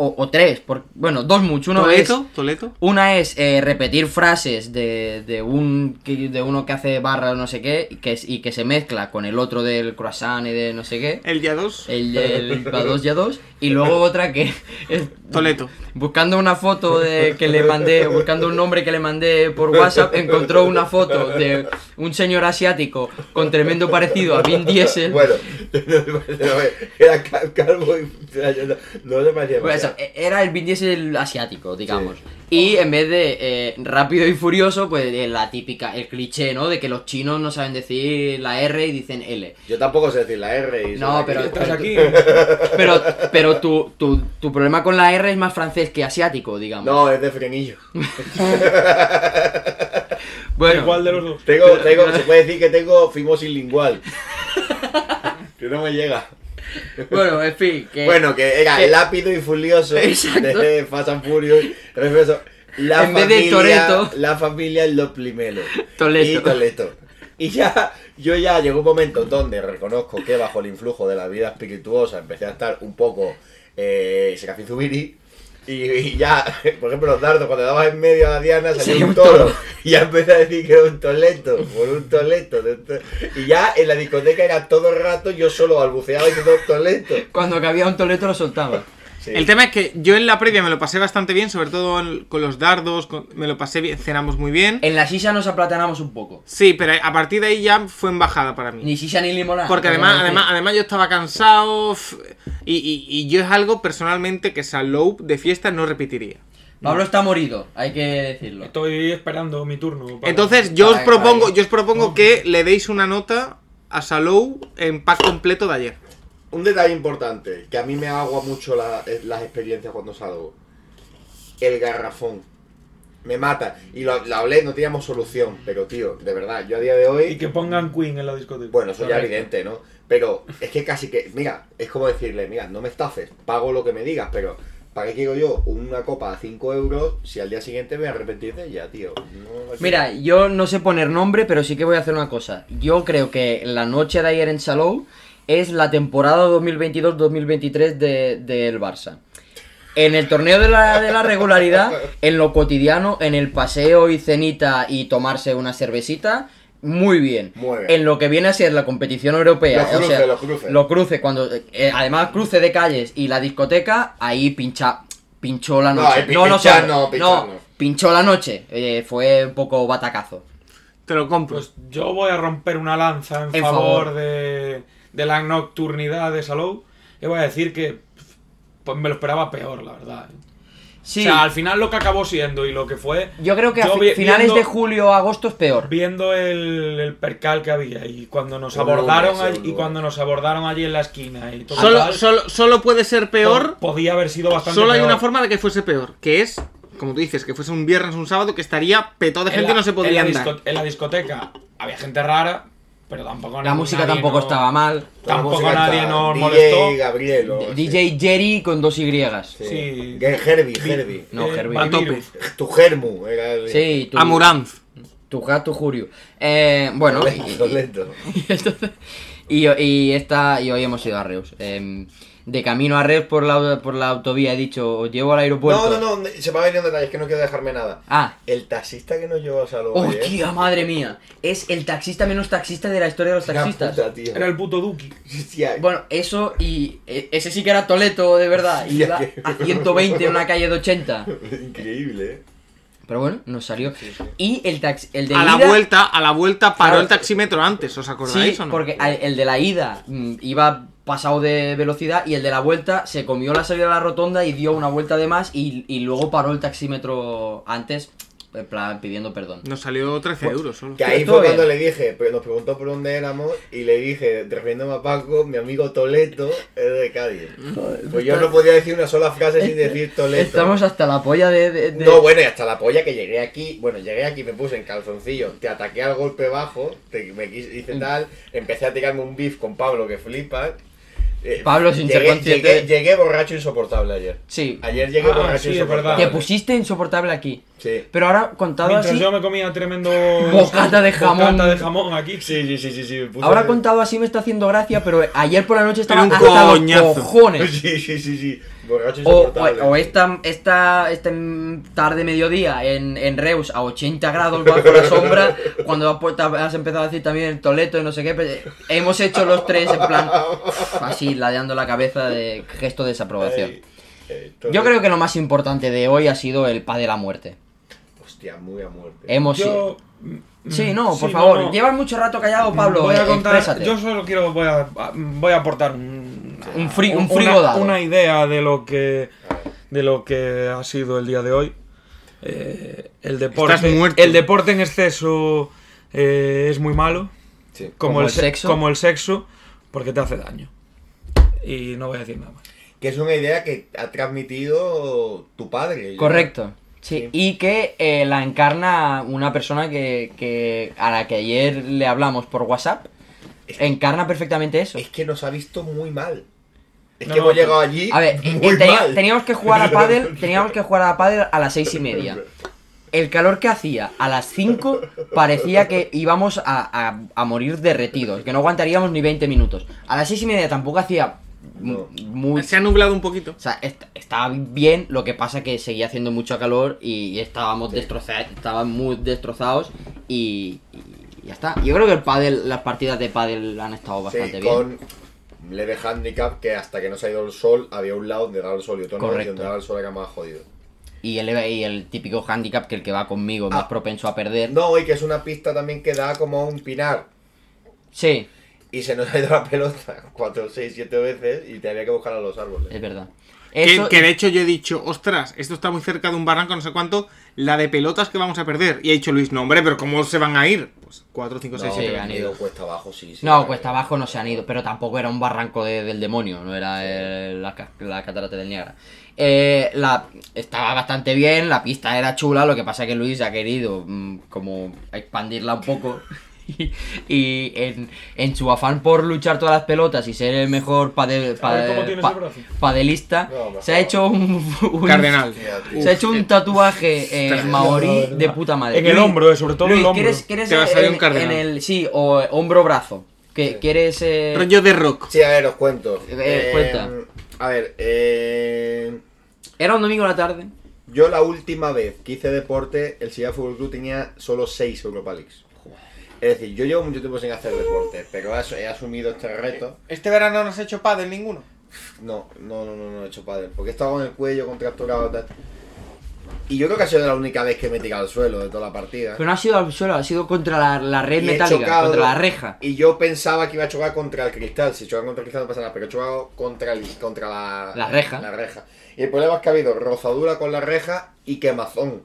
O, o tres, por, bueno, dos moods. Uno es...
¿Toleto? ¿Toleto?
Una es eh, repetir frases de, de un que- de uno que hace barra o no sé qué y que, es- y que se mezcla con el otro del croissant y de no sé qué.
El día 2.
El del 2 y 2. Y luego otra que [LAUGHS] es
Toleto.
Buscando una foto de que le mandé, buscando un nombre que le mandé por WhatsApp, encontró una foto de un señor asiático con tremendo parecido a ah, pues, Vin Diesel.
[LAUGHS] Bueno, era cal- calvo y no le parecía
Pues eso,
demasiado.
e- era el Vin Diesel asiático, digamos. Y en vez de eh, rápido y furioso, pues eh, la típica, el cliché, ¿no? De que los chinos no saben decir la R y dicen L.
Yo tampoco sé decir la R. Y
eh, No,
soy
pero- pues,
aquí.
Estás
[LAUGHS]
aquí.
Pero, pero tu, tu, tu problema con la R es más francés que asiático, digamos.
No, es de frenillo.
bueno,
Igual de los dos.
Tengo, tengo, se puede decir que tengo fimosis lingual. que no me llega.
bueno, en fin, que...
Bueno, que era
Eh, que-
lápido y furioso
[LAUGHS] Exacto.
de Fast and Furious. Reverso. La
En vez de
familia,
Toretto.
La familia es lo primero.
Toletto.
Y Toleto. Y ya, yo ya llegó un momento donde reconozco que bajo el influjo de la vida espirituosa empecé a estar un poco eh, secafizubiri. Y, y ya, [LAUGHS] por ejemplo, los dardos, cuando dabas en medio a la diana salía
Salía
un
un
toro.
toro.
[LAUGHS] Y ya empecé a decir que era un toleto, por un toleto. de un to- Y ya en la discoteca era todo el rato yo solo balbuceaba diciendo toleto.
Cuando cabía un toleto lo soltaba.
Sí.
El tema es que yo en la previa me lo pasé bastante bien, sobre todo en- con los dardos, con- me lo pasé bien, cenamos muy bien.
En la silla nos aplatanamos un poco.
Sí, pero a partir de ahí ya fue embajada para mí.
Ni silla ni limonada.
Porque además, además, además yo estaba cansado f- y, y- y yo es algo personalmente que Salou de fiesta no repetiría.
Pablo está morido, hay que decirlo.
Estoy esperando mi turno. para-
Entonces yo os
Ay,
propongo,
ay.
yo os propongo que le deis una nota a Salou en pack completo de ayer.
Un detalle importante, que a mí me agua mucho la- eh, las experiencias cuando salgo. El garrafón. Me mata. Y lo, lo hablé, no teníamos solución. Pero tío, de verdad, yo a día de hoy...
Y que pongan Queen en la discoteca.
Bueno, eso ya
Correcto.
es evidente, ¿no? Pero es que casi que... Mira, es como decirle, mira, no me estafes, pago lo que me digas, pero ¿Para qué quiero yo una copa a 5 euros si al día siguiente me voy a arrepentir de ella, tío? No, así-
Mira, yo no sé poner nombre, pero sí que voy a hacer una cosa. Yo creo que la noche de ayer en Salou es la temporada 2022-2023 de- del Barça. En el torneo de la, de
[LAUGHS]
la regularidad, en lo cotidiano, en el paseo y cenita y tomarse una cervecita, muy bien.
Muy bien.
En lo que viene a ser la competición europea,
Los
o
cruces,
sea,
los cruces.
lo cruce cuando, eh, además cruce de calles y la discoteca, ahí pincha, pinchó la
No,
noche.
ahí pi- pinchar
sorry,
no, pinchar no.
pinchó la noche. eh, fue un poco batacazo.
Te lo compro.
Pues yo voy a romper una lanza en,
En
favor,
favor.
De, de la nocturnidad de Salou. Y voy a decir que pues me lo esperaba peor, la verdad. ¿eh?
Sí,
O sea, al final lo que acabó siendo y lo que fue.
yo creo que a fi-
vi-
finales
viendo-
de julio agosto es peor.
Viendo el, el percal que había y cuando nos
Un
abordaron
lunes,
allí-
un
y
lunes.
cuando nos abordaron allí en la esquina y todo
Solo,
tal,
solo, solo puede ser peor.
po- podía haber sido bastante
Solo hay
peor.
una forma de que fuese peor, que es, como tú dices, que fuese un viernes o un sábado que estaría petado de
En
gente y
la-
no se podría
en la,
andar.
disco- en la discoteca había gente rara, pero tampoco
La
nadie-
música
nadie
tampoco
no-
estaba mal.
Toda la
tampoco
música
nadie
está-
nos
DJ
molestó.
Gabriel o-
DJ Jerry con dos Y.
Sí.
Sí.
Que Herbie, Herbie.
No,
Eh,
Herbie.
a tope.
Virus.
Tu Germu era el.
Sí, tu,
Amuranz.
tu gato Jurio. Eh,
[LAUGHS]
bueno, y-
Lento, lento.
y, [LAUGHS] entonces- y, y esta, y hoy hemos ido a Reus. Em, de camino a Reus por la, por la autovía he dicho, os llevo al aeropuerto.
No, no, no, se va a venir un detalle, es que no quiero dejarme nada.
Ah,
El taxista que nos llevó a Salud.
hostia, madre mía. Es el taxista menos taxista de la historia de los taxistas.
Era el puto Duki.
[LAUGHS] Bueno, eso y e- ese sí que era Toleto,
[LAUGHS]
de verdad.
Hostia,
Iba
qué-
a 120 en una calle de 80.
Increíble, eh.
Pero bueno, nos salió. Y el tax, el de
A la
ida-
vuelta, a la vuelta paró
Claro.
el taxímetro antes, ¿os
Sí,
acordáis o no?
porque a- el de la ida mm, iba pasado de velocidad y el de la vuelta se comió la salida de la rotonda y dio una vuelta de más y, y luego paró el taxímetro antes, en plan, pidiendo perdón.
Nos salió
Pues,
13 euros solo.
Que ahí
Estuvo
fue cuando
bien.
le dije, pero nos preguntó por dónde éramos y le dije, refiriéndome a Paco, mi amigo Toleto es de Cádiz. Pues yo no podía decir una sola frase sin decir Toleto.
Estamos hasta la polla de... de- de-
No, bueno, y hasta la polla que llegué aquí. Bueno, llegué aquí, me puse en calzoncillo, te ataqué al golpe bajo, te, me quis- hice
Mm.
tal, empecé a tirarme un beef con Pablo que flipas. Eh,
Pablo, sin ser
llegué,
consciente.
llegué, llegué borracho insoportable ayer.
Sí,
Ayer llegué
Ah,
borracho
sí, es
insoportable.
te
verdad.
pusiste insoportable aquí.
Sí.
Pero ahora contado
Mientras
así...
yo me comía tremendo.
Bocata de jamón.
Bocata de jamón aquí.
Sí, sí, sí, sí, sí, me puse-
Ahora contado así me está haciendo gracia, pero ayer por la noche estaba
Era un
hasta los
[LAUGHS]
coñazo.
[LAUGHS]
cojones.
Sí, sí, sí, sí. Borracho
O, o-
insoportable.
o esta, esta, esta tarde mediodía en, en Reus a 80 grados bajo la sombra,
[LAUGHS]
cuando has, puesto- has empezado a decir también el toleto y no sé qué, pues, eh, hemos hecho los tres en plan así, ladeando la cabeza de gesto de desaprobación.
Ey, ey,
Yo
Toledo.
creo que lo más importante de hoy ha sido el paz de la muerte.
Hostia, muy a muerte.
Hemos
Yo. mm,
Sí, no, por
sí,
favor.
no. Mm,
Llevas mucho rato callado, Pablo.
voy
eh,
a contar.
exprésate.
Yo solo quiero. Voy a, voy a aportar un,
Un fri- un
una-
frigo dado.
Una idea de lo que. De lo que ha sido el día de hoy. Eh, el deporte.
Estás muerto.
El deporte en exceso eh, es muy malo.
Sí.
Como,
Como
el,
el
se-
sexo.
Como el sexo, porque te hace daño. Y no voy a decir nada más.
Que es una idea que ha transmitido tu padre. yo
Correcto. Sí,
Sí.
y que eh, la encarna una persona que, que a la que ayer le hablamos por WhatsApp. Encarna perfectamente eso.
Es que nos ha visto muy mal. Es
No,
que
no,
hemos llegado allí.
A ver, eh,
muy
eh, tenía-
mal.
teníamos que jugar a pádel,
[LAUGHS]
teníamos que jugar a pádel a las seis y media. El calor que hacía a las 5 parecía que íbamos a, a- a morir derretidos, que no aguantaríamos ni 20 minutos. A las seis y media tampoco hacía mu-
No.
muy...
Se ha nublado un poquito.
O sea, est- estaba bien, lo que pasa que seguía haciendo mucho calor y estábamos destrozados, estaban muy destrozados y, y ya está. Yo creo que el pádel, las partidas de pádel han estado bastante
Sí,
bien.
con un leve handicap que hasta que no se ha ido el sol había un lado donde daba el sol y otro no, y
Correcto.
donde daba el sol era más jodido.
Y el, y el típico handicap que el que va conmigo es más
Ah.
propenso a perder.
No, y que es una pista también que da como a un pinar.
Sí,
Y se nos ha ido la pelota [LAUGHS] cuatro, seis, siete veces y te había que buscar a los árboles.
es verdad.
Que-
Eso-
que, de hecho yo he dicho, ostras, esto está muy cerca de un barranco, no sé cuánto, la de pelotas que vamos a perder. Y ha dicho Luis, no hombre, pero ¿cómo se van a ir? Pues 4, 5, 6,
No,
7.
sí, han
han
ido.
ido cuesta abajo, sí. sí
No,
han
cuesta
ido.
abajo no se han ido, pero tampoco era un barranco de- del demonio, no era el- la, ca- la catarata del Niágara. Eh, la, estaba bastante
[LAUGHS]
bien, la pista era chula, lo que pasa que Luis ha querido mm, como expandirla un poco y, y en, en su afán por luchar todas las pelotas y ser el mejor padel,
A ver,
padel-
¿cómo tienes
pa-
el brazo?
padelista,
No, por
se ha
favor.
hecho un, [LAUGHS] un-
Cardenal.
se ha hecho un tatuaje eh, maorí de puta madre.
En el hombro, eh, sobre todo
Luis,
el hombro.
¿quieres, quieres
Te va a
en-
salir un
en,
cardenal.
el sí o hombro brazo? Que quieres eh,
Rollo de rock.
Sí, a ver, os cuento. Em,
Eh, cuenta.
A ver, eh,
era un domingo a la tarde.
yo la última vez que hice deporte, el Sevilla Fútbol Club tenía solo 6 Europa Leagues. Es decir, yo llevo mucho tiempo sin hacer deporte, pero as- he asumido este reto.
Este verano no se ha hecho pádel ninguno.
No, no, no, no, no he hecho padre, porque he estado con el cuello contracturado y tal. Y yo creo que ha sido la única vez que me he tirado al suelo de toda la partida.
Pero no ha sido al suelo, ha sido contra la, la red
Y he
metálica,
chocado,
contra la reja.
Y yo pensaba que iba a chocar contra el cristal. Si chocan contra el cristal no pasa nada, pero he chocado contra, el- contra la,
La reja.
la reja. Y el problema es que ha habido rozadura con la reja y quemazón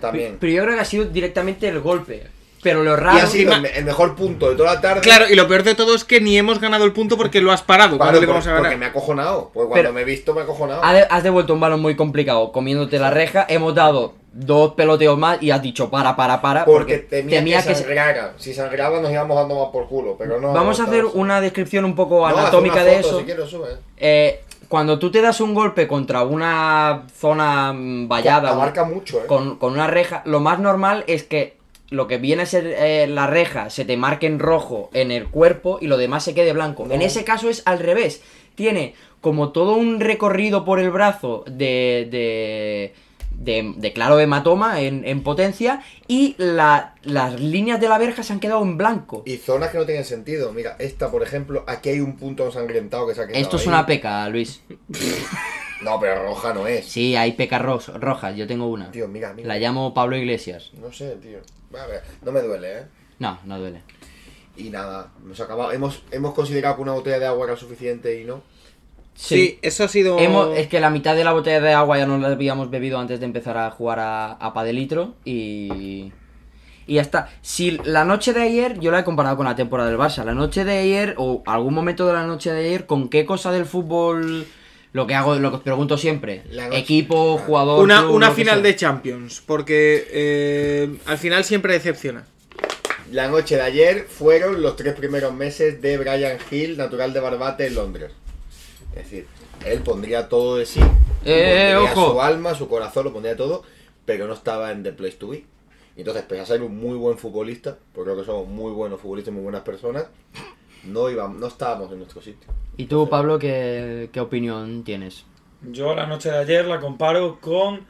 también.
Pero yo creo que ha sido directamente el golpe. Pero lo
Y
raro.
ha sido el,
encima-
me- el mejor punto de toda la tarde.
Claro, y lo peor de todo es que ni hemos ganado el punto porque lo has parado.
Claro,
¿Cuándo le
por-
vamos a
porque
ganar?
me ha acojonado. Porque cuando
Pero-
me he visto me ha acojonado.
ha de- has devuelto un balón muy complicado, comiéndote la reja. Hemos dado dos peloteos más y has dicho para, para, para.
porque temía, que,
se-
sangrara. Si sangraba nos íbamos dando más por culo. Pero no.
Vamos a
no,
hacer
no.
una descripción un poco
No, haz
anatómica
una
de
foto,
eso.
si quieres, sube.
Eh, cuando tú te das un golpe contra una zona mm, vallada, un-
Abarca mucho, ¿eh?
con, con una reja, lo más normal es que lo que viene a ser eh, la reja se te marque en rojo en el cuerpo y lo demás se quede blanco.
No.
En ese caso es al revés. Tiene como todo un recorrido por el brazo de. de. de, de claro hematoma en, en potencia. Y la- las líneas de la verja se han quedado en blanco.
Y zonas que no tienen sentido. Mira, esta, por ejemplo, aquí hay un punto ensangrentado que se ha quedado
Esto es
ahí.
una peca, Luis.
No, pero roja no es.
Sí, hay pecas ro- rojas, yo tengo una.
Tío, mira, mira.
La llamo Pablo Iglesias.
No sé, tío. A ver, no me duele, ¿eh?
No, no duele.
Y nada, hemos acabado. Hemos, hemos considerado que una botella de agua era suficiente y no.
Sí, eso ha sido.
Hemos- es que la mitad de la botella de agua ya no la habíamos bebido antes de empezar a jugar a, a padelitro y. Y ya está. Si la noche de ayer, yo la he comparado con la temporada del Barça. La noche de ayer, o algún momento de la noche de ayer, ¿con qué cosa del fútbol? Lo que hago, lo que os pregunto siempre.
La noche.
Equipo, jugador.
Una,
club,
una
lo que
final
sea.
de Champions, porque eh, al final siempre decepciona.
La noche de ayer fueron los tres primeros meses de Brian Hill, natural de Barbate, en Londres. Es decir, él pondría todo de sí.
Eh,
pondría
ojo.
Su alma, su corazón, lo pondría todo, pero no estaba en The Place to Be. Y Entonces, pese a ser un muy buen futbolista, porque creo que somos muy buenos futbolistas y muy buenas personas, no, íbamos, no estábamos en nuestro sitio.
¿Y tú, Pablo, qué, qué opinión tienes?
Yo la noche de ayer la comparo con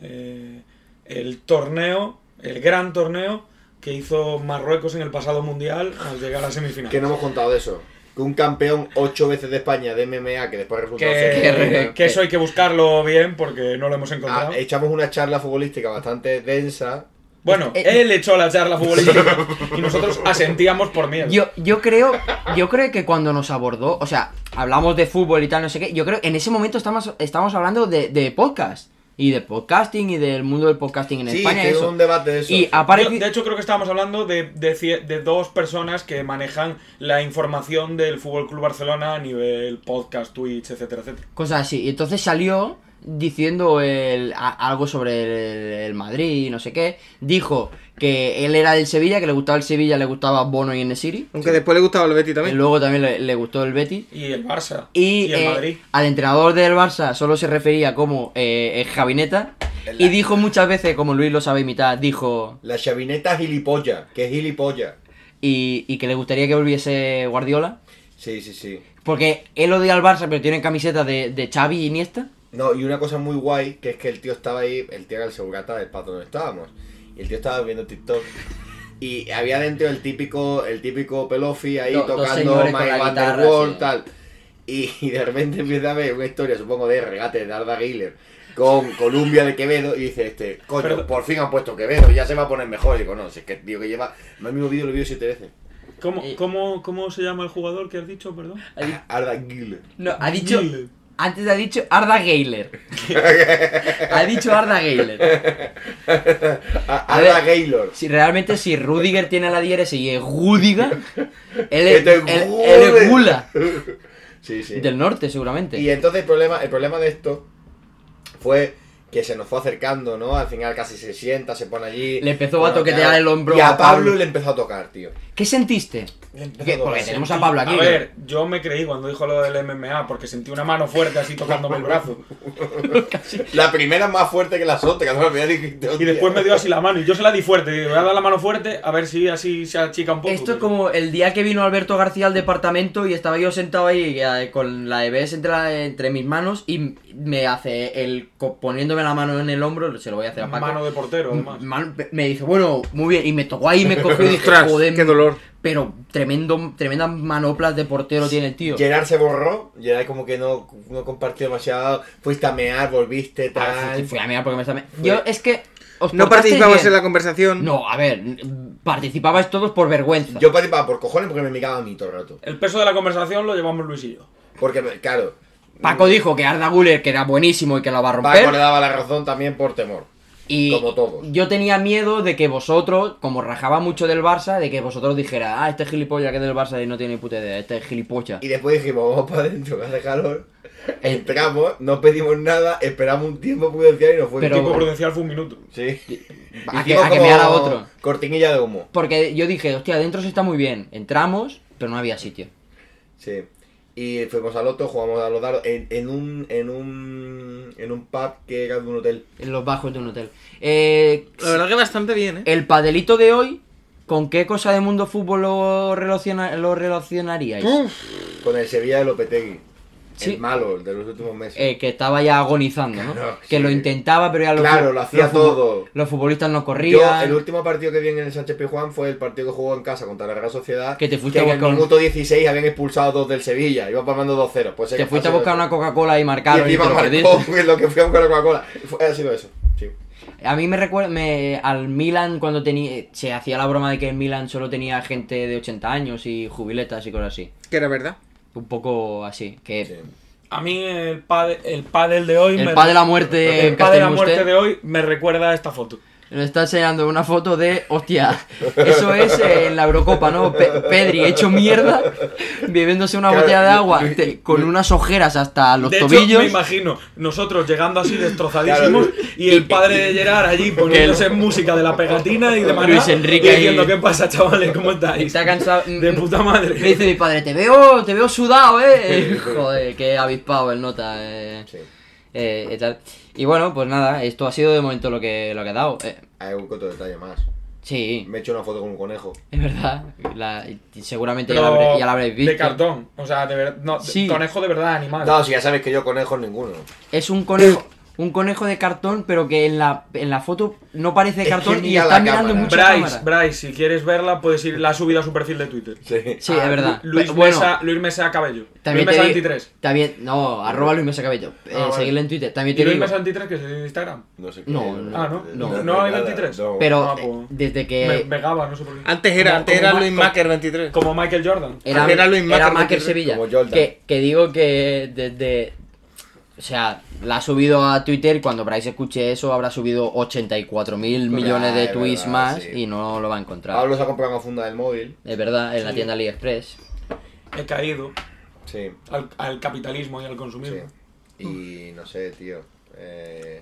eh, el torneo, el gran torneo que hizo Marruecos en el pasado mundial al llegar a la semifinal.
Que no hemos contado de eso. Que un campeón ocho veces de España de MMA, que después resultó ser-
que, que eso hay que buscarlo bien porque no lo hemos
Ah,
encontrado.
echamos una charla futbolística bastante densa.
bueno,
eh,
él echó la
[LAUGHS]
charla futbolística y nosotros asentíamos por miedo.
Yo, yo creo, yo creo que cuando nos abordó, o sea, hablamos de fútbol y tal, no sé qué, yo creo que en ese momento estamos, estamos hablando de, de podcast. Y de podcasting y del mundo del podcasting en
sí,
España.
que hubo
Eso.
un debate de eso.
Y
sí.
aparece.
Yo, de hecho, creo que estábamos hablando de, de cie- de dos personas que manejan la información del Fútbol Club Barcelona a nivel podcast, Twitch, etcétera, etcétera.
Cosas así. Y entonces salió diciendo el- a- algo sobre el, el Madrid, no sé qué. Dijo que él era del Sevilla, que le gustaba el Sevilla, le gustaba Bono y Enesiri.
Aunque después le gustaba al Betty
Y
también.
luego también le, le gustó el Betis.
Y el Barça.
Y,
el
eh,
Madrid.
al entrenador del Barça solo se refería como eh, eh, Javineta. Y dijo muchas veces, como Luis lo sabe imitar, dijo.
La chavineta gilipollas, que es gilipollas.
Y, y que le gustaría que volviese Guardiola.
Sí, sí, sí.
Porque él odia al Barça, pero tiene camiseta de, de Xavi y Iniesta.
No, y una cosa muy guay, que es que el tío estaba ahí, el tío era el segurata del pato donde estábamos. Y el tío estaba viendo TikTok. Y había dentro el típico, el típico Pelofi ahí
Do- dos
tocando
señores
My
con la guitarra,
Wonderwall,
sí.
tal. Y, y [LAUGHS] de repente empieza a ver una historia, supongo, de regate de Arda Giler con Columbia de Quevedo. Y dice este, coño,
Pero-
por fin han puesto Quevedo, ya se va a poner mejor. Y digo, no, si es que el tío que lleva, no el mismo vídeo lo vio siete veces.
¿Cómo,
Eh,
cómo, ¿Cómo se llama el jugador que has dicho, perdón?
Arda Giler.
No, ha dicho. Antes ha dicho
[LAUGHS]
Arda Geiler. ha dicho Arda Geiler.
A- Arda
ver.
Gaylor.
Si realmente si Rudiger tiene la diéresis y es Rudiger, él es,
Este es
él- él es
Rudiger.
Gula.
Sí, sí.
Del norte, seguramente.
Y entonces el problema, el problema de esto fue que se nos fue acercando, ¿no? Al final casi se sienta, se pone allí.
Le empezó a
Bueno,
toquetear
claro.
el hombro
Y a,
a
Pablo,
Pablo.
le empezó a tocar, tío.
¿Qué sentiste? Porque, porque tenemos a Pablo aquí.
A ver, yo me creí cuando dijo lo del MMA porque sentí una mano fuerte así tocándome el
[LAUGHS]
brazo.
La primera es más fuerte que las otras. ¿no? Me dije,
Y
hostia.
después me dio así la mano y yo se la di fuerte. Digo, voy a dar la mano fuerte a ver si así se achica un poco.
Esto es como el día que vino Alberto García al departamento y estaba yo sentado ahí eh, con la EBS entre, la- entre mis manos y me hace el co- poniéndome la mano en el hombro, se lo voy a hacer a Paco.
Mano de portero, además.
Man- me dice, bueno, muy bien, y me tocó ahí, me cogió y dije,
Ostras,
joder,
qué dolor.
pero tremendo, tremendas manoplas de portero tiene el tío.
Gerard se borró. Gerard como que no, no compartió demasiado. Fuiste a mear, volviste,
Ah,
tal.
Fui a mirar porque me estaba... Yo es que... os
No
portasteis
participabas
bien.
en la conversación.
No, a ver, participabais todos por vergüenza.
Yo participaba por cojones porque me miraba a mí todo el rato.
El peso de la conversación lo llevamos Luis y yo.
Porque, me- claro,
Paco dijo que Arda Guller que era buenísimo y que la va a romper.
Paco le daba la razón también por temor.
Y
Como todos.
yo tenía miedo de que vosotros, como rajaba mucho del Barça, de que vosotros dijera, ah, este gilipollas que es del Barça y no tiene ni puta idea, este es gilipocha.
Y después dijimos, vamos para adentro, que hace calor.
Eh,
Entramos, no pedimos nada, esperamos un tiempo prudencial y nos fue
Pero-
el
Tipo
tiempo.
prudencial fue un minuto.
Sí.
A que,
Hicimos
a que
como
me haga otro.
Cortinilla de humo.
Porque yo dije, hostia, adentro se está muy bien. Entramos, pero no había sitio.
Sí. Y fuimos al otro, jugamos a los dados en, en un en un en un pub que era de un hotel.
En los bajos de un hotel. Eh,
La verdad que bastante bien, ¿eh?
el padelito de hoy, ¿con qué cosa de mundo fútbol lo, relaciona, lo relacionaríais?
Con el Sevilla de Lopetegui.
Sí.
El malo, el de los últimos meses.
Eh, que estaba ya agonizando, ¿no?
Claro,
que
sí.
lo intentaba, pero ya lo
Claro, lo hacía
futbol-
todo.
Los futbolistas no corrían.
Yo, el último partido que vi en el Sánchez Pizjuán fue el partido que jugó en casa contra la Real Sociedad.
Que te fuiste
en
a
el
buscar un-
minuto 16 habían expulsado dos del Sevilla. Iba palmando 2-0. Pues
Te fuiste a buscar una Coca-Cola y
Y
marcaron y, te
encima
lo
marcó [LAUGHS]
perdiste.
lo que fui a buscar la Coca-Cola. Fue- Ha sido eso. Sí.
A mí me recuerda me, al Milan cuando tenía se hacía la broma de que el Milan solo tenía gente de 80 años y jubiletas y cosas así.
Que era verdad.
Un poco así, que
sí.
A mí el pádel, el pádel de hoy...
el
me-
padre de la muerte
el pádel de la muerte
Castelbusté,
de hoy me recuerda a esta foto.
nos está enseñando una foto de hostia. Eso es eh, en la Eurocopa, ¿no? Pe- Pedri hecho mierda bebiéndose una
Claro,
botella de
yo-
agua
yo-
te- con unas ojeras hasta los
de hecho, me
tobillos.
imagino nosotros llegando así destrozadísimos
Claro.
y el padre de Gerard allí poniéndose música de la pegatina y de Maná
Luis Enrique
y diciendo
ahí.
qué pasa chavales, cómo estáis.
Está cansado.
De puta madre.
Me dice mi padre, te veo, te veo sudado, eh. Joder, qué avispado el nota, eh.
sí.
Eh, y, tal. Y bueno, pues nada, esto ha sido de momento lo que, lo que ha dado. Eh,
Hay un otro detalle más.
sí,
Me he hecho una foto con un conejo.
es verdad. La- y seguramente ya la,
Pero
habré- ya la habréis visto.
De cartón, o sea, de verdad, no, de-
Sí.
conejo de verdad animal.
No, si ya sabes que yo conejos ninguno.
Es
Eh.
un conejo. Un conejo de cartón, pero que en la, en la foto no parece
Es que
cartón y
mira
está
la
mirando
cámara.
mucho
Bryce,
cámara.
Bryce, si quieres verla, puedes ir, la ha subido a su perfil de Twitter.
Sí.
Sí, es
Ah,
verdad.
Lu- Luis,
Pe- bueno,
Mesa, Luis Mesa Cabello.
también
Luis Mesa
te digo-
23.
También, no, arroba Luis Mesa Cabello. Eh,
Ah, vale.
Seguidle en Twitter. También
¿Y
te
Luis
digo.
Mesa 23 que es de Instagram?
No sé
No, no,
Ah, ¿no?
no.
¿No hay
nada,
23?
no.
Pero
Ah,
eh,
pues.
desde
Me,
que.
megaba, no sé por qué.
Antes era,
Como-
antes
como
era
Ma-
Luis
como-
Macker 23.
Como Michael Jordan.
Era,
Antes era Luis
era
Macker
Macker
23,
Sevilla.
como Jordan.
Que, que digo que desde. O sea, la ha subido a Twitter y cuando Bryce escuche eso habrá subido 84 mil millones
Pues
de
es
tweets
verdad,
más
sí.
y no lo va a encontrar.
Pablo se ha comprado una funda del móvil.
Es verdad, en la tienda AliExpress.
He caído
Sí.
al, al capitalismo y al consumismo.
Sí. Y no sé, tío. Eh,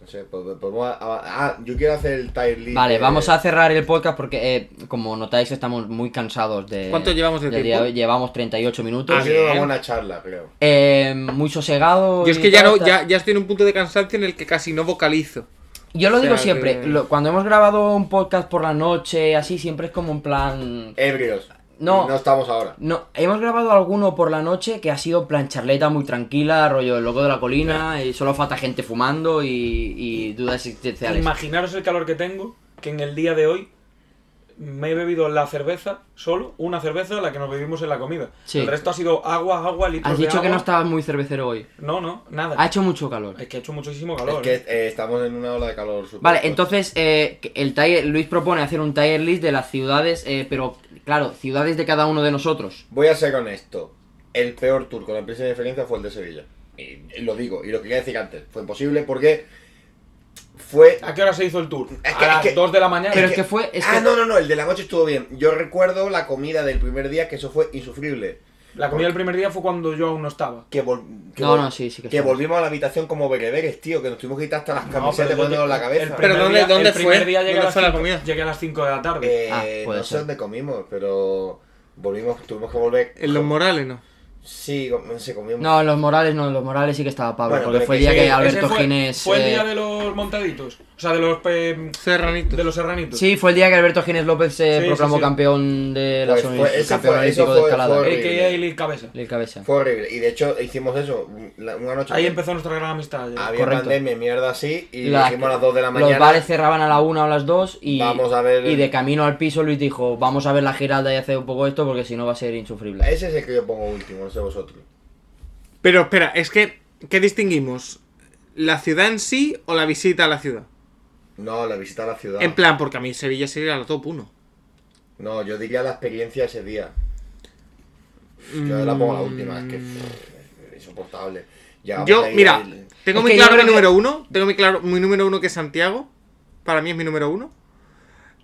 no sé, po- po- podemos. a- a- ah, yo quiero hacer el tier list
Eh,
Vale,
de-
vamos a cerrar el podcast porque, eh, como notáis, estamos muy cansados de.
¿Cuánto llevamos de
del
tiempo?
día de hoy. Llevamos 38
Ha
minutos.
Ah,
sido una
bien.
buena charla, creo.
Eh, muy sosegado.
Yo es
y
que ya,
tal,
no,
tal.
ya, ya estoy en un punto de cansancio en el que casi no vocalizo.
Yo lo
O sea,
digo siempre,
que-
lo- cuando hemos grabado un podcast por la noche, así, siempre es como en plan.
Ebrios.
No.
No estamos ahora.
No, hemos grabado alguno por la noche que ha sido en plan charleta muy tranquila, rollo el loco de la colina, y solo falta gente fumando y, y dudas existenciales.
Imaginaros el calor que tengo, que en el día de hoy me he bebido la cerveza, solo una cerveza, la que nos bebimos en la comida.
Sí.
El resto ha sido agua, agua, litros
Has
de
dicho que no
agua.
estabas muy cervecero hoy.
No, no, nada.
Ha hecho mucho calor.
Es que ha hecho muchísimo
Es
calor.
que
¿eh?
eh, estamos en una ola de calor. super
Vale,
fuerte.
entonces eh, que el tier- Luis propone hacer un tier list de las ciudades, eh, pero claro, ciudades de cada uno de nosotros.
Voy a ser honesto. El peor tour con la empresa de diferencia fue el de Sevilla. Y lo digo, y lo quería decir antes. Fue imposible porque fue
¿A qué hora se hizo el tour?
Es que-
a
es
las
que-
2 de la mañana.
Ah, Pero es que fue- es
ah,
que-
no, no, no, el de la noche estuvo bien. Yo recuerdo la comida del primer día, que eso fue insufrible.
La comida del primer día fue cuando yo aún no estaba.
Que, vol- que
No,
vol-
no, sí, sí que
que
estaba.
volvimos a la habitación como bereberes, tío, que nos tuvimos que quitar hasta las
No, pero
camisetas
yo
poniéndonos
lle-
en la cabeza.
el
Pero
primer
¿dónde-
día-
dónde
el primer
fue?
día llegué a
¿Dónde
las
fue la
cinco-
comida?
Llegué a las 5 de la tarde.
Eh,
Ah, puede
no sé
ser.
dónde comimos, pero volvimos, tuvimos que volver.
En Los Morales, ¿no?
Sí, com- no sé, comimos.
No, en los Morales no, en los Morales sí que estaba Pablo,
Bueno,
porque
pero
fue el
que
día
sí,
que
Ese
Alberto
fue,
Gines.
Fue el
eh,
día de los montaditos. O sea, de los, pe-
Serranito.
de los serranitos.
Sí, fue el día que Alberto Gines López se
Sí, sí,
proclamó
sí.
campeón de la
Pues
zona
fue- ese
campeón
fue- eso
olímpico de
fue-
escalada.
fue-
AKA Lil Cabeza.
El cabeza.
Fue horrible. Y de hecho hicimos eso la- una noche.
Ahí
que
empezó nuestra gran amistad. ya.
Había
Correcto.
pandemia y mierda así. Y
La-
dijimos a las 2 de la
Los
mañana.
bares cerraban a la una o a las dos y,
Vamos a ver-
y de camino al piso Luis dijo, vamos a ver la Giralda y hacer un poco esto porque si no va a ser insufrible.
Ese es el que yo pongo último, no sé vosotros.
Pero espera, es que, ¿qué distinguimos? ¿La ciudad en sí o la visita a la ciudad?
No, la visita a la ciudad.
En plan, porque a mí Sevilla sería la top 1.
No, yo diría la experiencia ese día. Yo la pongo la última, es que
Mm.
pff, insoportable. Llegamos
Yo,
ahí
mira,
al-
tengo
Es
muy
que yo
claro mi
creo que-
número uno. Tengo muy claro mi número uno que es Santiago. Para mí es mi número uno.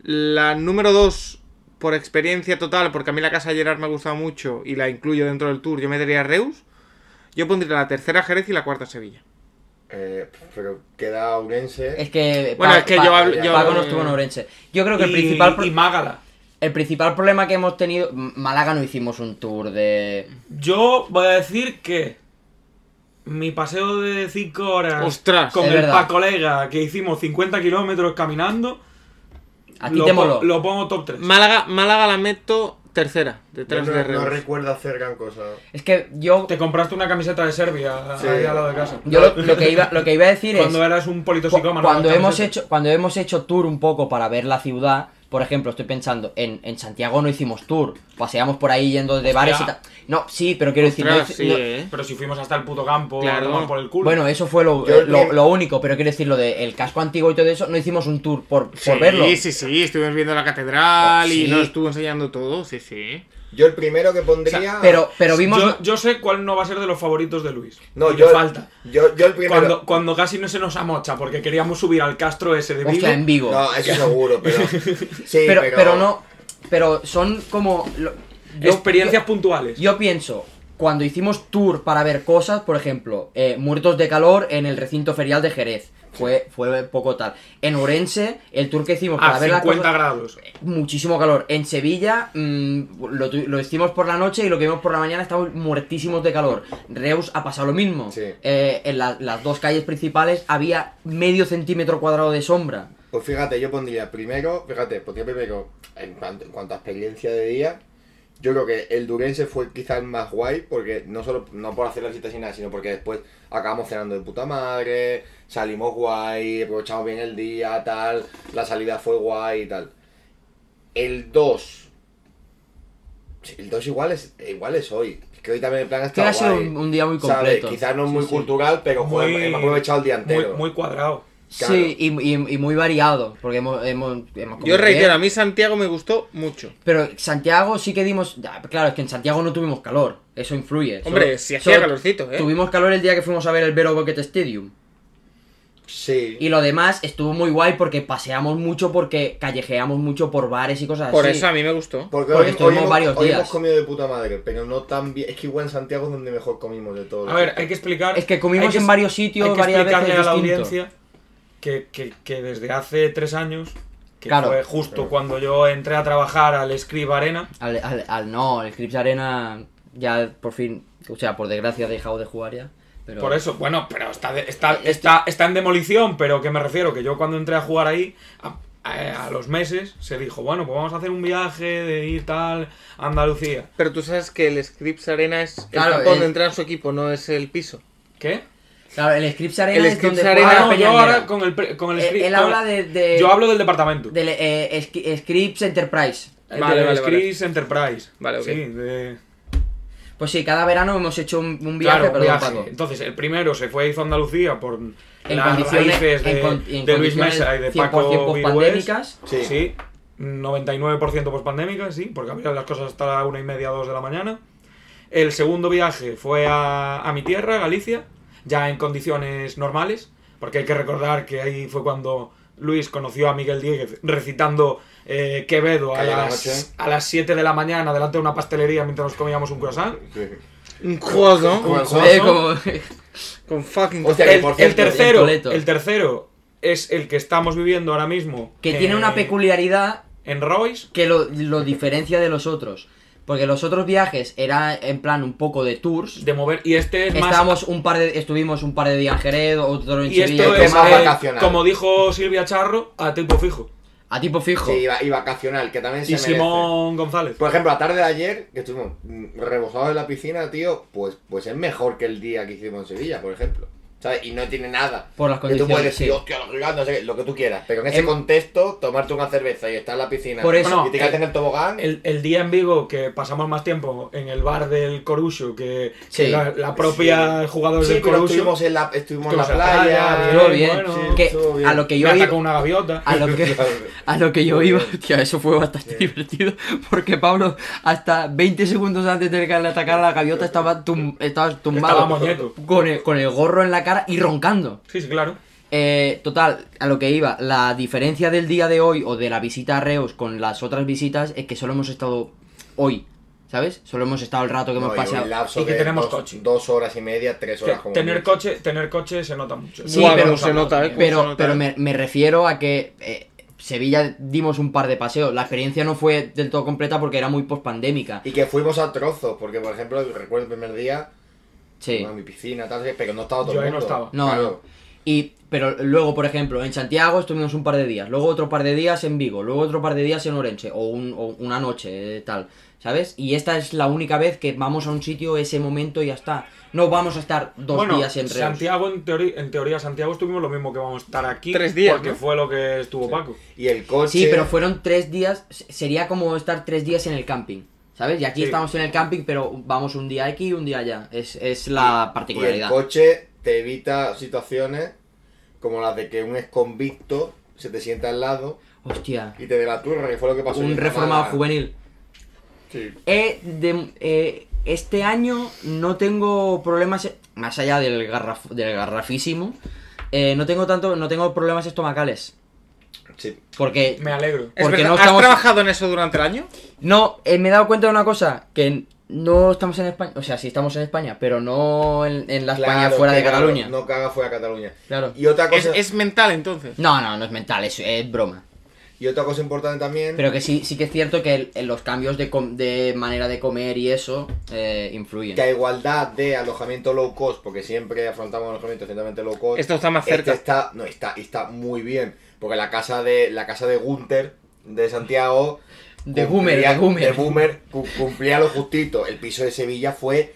La número dos, por experiencia total, porque a mí la casa de Gerard me ha gustado mucho y la incluyo dentro del tour, yo metería a Reus. Yo pondría la tercera Jerez y la cuarta Sevilla.
eh, pero queda Urense.
Es que,
Bueno, es que yo hablo-
yo
Paco
hablo-
no estuvo en Orense. Yo creo que el
Y-
principal pro-
y Mágala.
el principal problema que hemos tenido... M- Málaga no hicimos un tour de...
Yo voy a decir que mi paseo de 5 horas
Ostras.
con
Es
el
verdad.
pa' colega que hicimos 50 kilómetros caminando,
A ti
lo,
te
po-
moló.
lo pongo top 3.
Málaga, Málaga la meto tercera,
Yo
detrás
no,
de
no
Reus.
recuerdo hacer gran cosa.
Es que yo...
Te compraste una camiseta de Serbia
Sí.
ahí al lado de casa.
Yo lo,
[LAUGHS]
lo que iba, lo que iba a decir es...
cuando eras un politoxicómano.
cuando
con
hemos
camiseta.
hecho cuando hemos hecho tour un poco para ver la ciudad por ejemplo estoy pensando en, en Santiago no hicimos tour paseamos por ahí yendo de bares y tal no sí pero quiero decir no
Ostras,
hici-
sí,
no-
eh.
Pero si fuimos hasta el puto campo,
Claro.
a tomar por el culo.
bueno eso fue lo,
Yo-
lo, lo único pero quiero decir lo del casco antiguo y todo eso no hicimos un tour por, por
Sí,
verlo
sí, sí, estuvimos viendo la catedral
Sí.
y nos estuvo enseñando todo, sí, sí.
Yo el primero que pondría.
pero pero vimos
yo, yo sé cuál no va a ser de los favoritos de Luis.
No,
Y
yo.
le falta.
Yo, yo el primero.
Cuando, cuando casi no se nos amocha, porque queríamos subir al castro ese de Vigo.
hostia, en Vigo
No, eso seguro,
[LAUGHS]
pero. Sí,
pero, pero no pero son como lo- yo-
Experiencias puntuales.
Yo pienso, cuando hicimos tour para ver cosas, por ejemplo, eh, Muertos de Calor en el recinto ferial de Jerez. Fue, fue poco tal. En Orense, el tour que hicimos para
a
ver la
50
cosa,
grados.
muchísimo calor. En Sevilla, mm, lo, tu- lo hicimos por la noche y lo que vimos por la mañana estábamos muertísimos de calor. Reus ha pasado lo mismo.
Sí.
Eh, en la- las dos calles principales había medio centímetro cuadrado de sombra.
Pues fíjate, yo pondría primero. Fíjate, pondría primero. En cuanto, en cuanto a experiencia de día. Yo creo que el Durense fue quizás más guay, porque no solo no por hacer la cita sin nada, sino porque después acabamos cenando de puta madre, salimos guay, aprovechamos bien el día, tal, la salida fue guay y tal. El 2. Sí, El 2 igual es, igual es hoy. Es que hoy también el plan
Que
está
ha sido
guay.
un, un día muy
¿sabes?
completo.
Quizás no es
Sí,
muy
sí.
cultural, pero joder,
Muy-
hemos aprovechado el día
Muy,
entero.
muy cuadrado.
Claro.
Sí, y, y- y muy variado, porque hemos... hemos, hemos
Yo
comido
reitero,
bien.
a mí Santiago me gustó mucho.
Pero Santiago sí que dimos. ah, Claro, es que en Santiago no tuvimos calor. Eso influye. Solo-
Hombre, sí hacía
solo
calorcito, ¿eh?
Tuvimos calor el día que fuimos a ver el Vero Bucket Stadium.
Sí.
Y lo demás estuvo muy guay porque paseamos mucho, porque callejeamos mucho por bares y cosas
Por
así.
eso a mí me gustó.
Porque,
Porque
hoy,
estuvimos
hoy hemos,
varios
hoy
días.
hemos comido de puta madre, pero no tan bien. Es que igual en Santiago es donde mejor comimos de todo.
A ver, hay que explicar.
Es que comimos
hay
en varios sitios,
hay que
varias veces
explicarle a la
distinto.
audiencia que, que- que desde hace tres años, que
Claro.
fue justo
Claro.
cuando yo entré a trabajar al Scrib Arena,
Al, al- al- no, el Crips Arena ya por fin. O sea, por desgracia ha dejado de jugar ya. Pero...
por eso, bueno, pero está, de- está,
Eh,
está,
este-
está en demolición, pero que me refiero, que yo cuando entré a jugar ahí, a, a- a los meses, se dijo, bueno, pues vamos a hacer un viaje de ir tal a Andalucía.
Pero tú sabes que el Scripps Arena es el
Claro,
campo
el-
donde entra su equipo, no es el piso.
¿qué?
Claro, el Scripps Arena
El
es
Scripps
donde
Arena-
juega
Ah,
Ah,
la
no, yo
Peña
ahora
Negra.
con el, pre- con el
Eh,
Scrib-
él
con-
habla de- de-
Yo hablo del departamento.
Del eh, Sc- Scripps Enterprise.
Eh,
Vale,
del
vale, vale.
Scribs Enterprise.
Vale, ok.
Sí, de...
Pues sí, cada verano hemos hecho un, un viaje,
Claro,
perdón,
viaje.
Paco.
Entonces, el primero se fue hizo Andalucía por las
condiciones-
raíces de,
en con- en
de Luis
condiciones
Mesa y de
100%
Paco
pospandémicas.
Virués. Sí.
Sí.
99% pospandémicas, sí, porque abrían las cosas hasta la una y media, dos de la mañana. El segundo viaje fue a, a mi tierra, Galicia, ya en condiciones normales, porque hay que recordar que ahí fue cuando Luis conoció a Miguel Dieguez recitando eh, Quevedo a
Calle de la
las,
Noche.
a las 7 de la mañana delante de una pastelería mientras nos comíamos un croissant.
Un juego
Con-
Eh, como...
con fucking.
Hostia, que
El,
por
el
cierto,
tercero,
Coleto.
el tercero es el que estamos viviendo ahora mismo.
que tiene una
eh,
peculiaridad
En Royce.
que lo, lo diferencia de los otros. Porque los otros viajes era en plan un poco de tours.
de mover y este es más
Estábamos un par de, estuvimos un par de días en Jerez, otro en
y esto
Sevilla,
que
es,
es más
eh,
vacacional.
como dijo Silvia Charro a tiempo fijo
a tipo fijo.
Sí, y, va- y vacacional, que también se
y
merece.
Simón González
Pues,
Por ejemplo, la tarde de ayer, que estuvimos mm, rebosados en la piscina, tío, pues, pues es mejor que el día que hicimos en Sevilla, por ejemplo. ¿Sabes? Y no tiene nada.
Por las
Que tú puedes
condiciones,
decir,
sí.
hostia, los gigantes, no sé qué, lo que tú quieras. Pero en ese
Em-
contexto, tomarte una cerveza y estar en la piscina
Por eso-
y te quedas en el tobogán,
el, el día en Vigo que pasamos más tiempo en el bar del Corucho que, que
Sí.
la, la propia jugadora
sí,
del
pero
Corucho
estuvimos en la, estuvimos en la
Estuvimos en la playa,
playa. eh.
Estuvo bien.
bueno,
que
estuvo bien.
a lo que
me
yo iba, Ah.
atacó una gaviota
a lo
[LAUGHS]
que a lo que
Pues,
yo iba, hostia, eso fue bastante divertido porque Pablo hasta 20 segundos antes de que le atacara la gaviota estaba, tum- estaba tumbado
Estaba muñeco.
con el, con el gorro en la cara y roncando.
sí sí claro
Eh, total, a lo que iba, la diferencia del día de hoy o de la visita a Reus con las otras visitas es que solo hemos estado hoy, ¿sabes? Solo hemos estado el rato que
No,
hemos
y
pasado.
un lapso
Y que
de
tenemos
dos,
coche.
dos horas y media, tres horas
Que
como
tener
mucho.
coche tener coche se nota mucho
Sí,
Buah,
pero-
cómo se nota, eh. cómo se
Pero,
nota,
pero
eh.
me, me refiero a que eh, Sevilla dimos un par de paseos. La experiencia no fue del todo completa porque era muy post-pandémica.
Y que fuimos a trozos, porque por ejemplo, recuerdo el primer día,
Sí.
a mi piscina, tal, pero no estaba todo
Yo
el
ahí no
mundo.
estaba.
No,
Claro.
Y, pero luego, por ejemplo, en Santiago estuvimos un par de días, luego otro par de días en Vigo, luego otro par de días en Orense, o, un- o una noche, eh, tal, ¿sabes? Y esta es la única vez que vamos a un sitio ese momento y ya está. No vamos a estar dos
bueno,
días en Reus.
Santiago en, teoría en teoría Santiago estuvimos lo mismo que vamos a estar aquí
Tres días,
porque
¿no?
fue lo que estuvo Paco
Y el coche.
Sí, pero fueron tres días, se- sería como estar tres días en el camping, ¿sabes? Y aquí
Sí.
estamos en el camping, pero vamos un día aquí y un día allá. Es, es la
Y el
particularidad.
coche te evita situaciones como las de que un exconvicto se te sienta al lado
Hostia,
y te dé la turra, que fue lo que pasó. en
un
Málaga.
reformado juvenil.
Sí.
He de- eh, este año no tengo problemas, más allá del, garraf- del garrafísimo, eh, no tengo tanto, no tengo problemas estomacales.
Sí.
Porque,
me alegro
Es
porque
verdad,
no
¿Has
estamos...
trabajado en eso durante el año?
No, eh, me he dado cuenta de una cosa, que no estamos en España, o sea, sí estamos en España, pero no en, en la España
Claro,
fuera de
claro,
Cataluña.
No caga fuera de Cataluña.
Claro.
Y otra
Es,
cosa,
es mental entonces.
No, no, no es mental, es, es broma.
y otra cosa importante también.
Pero que sí, sí que es cierto que el- los cambios de, com- de manera de comer y eso eh, influyen.
que a igualdad de alojamiento low cost, porque siempre afrontamos alojamiento ciertamente low cost.
Esto está más
este
cerca.
está, no, está, está muy bien. Porque la casa de la casa de Gunter de Santiago.
De
cumplía-
Boomer, de Boomer.
cu- cumplía lo justito. El piso de Sevilla fue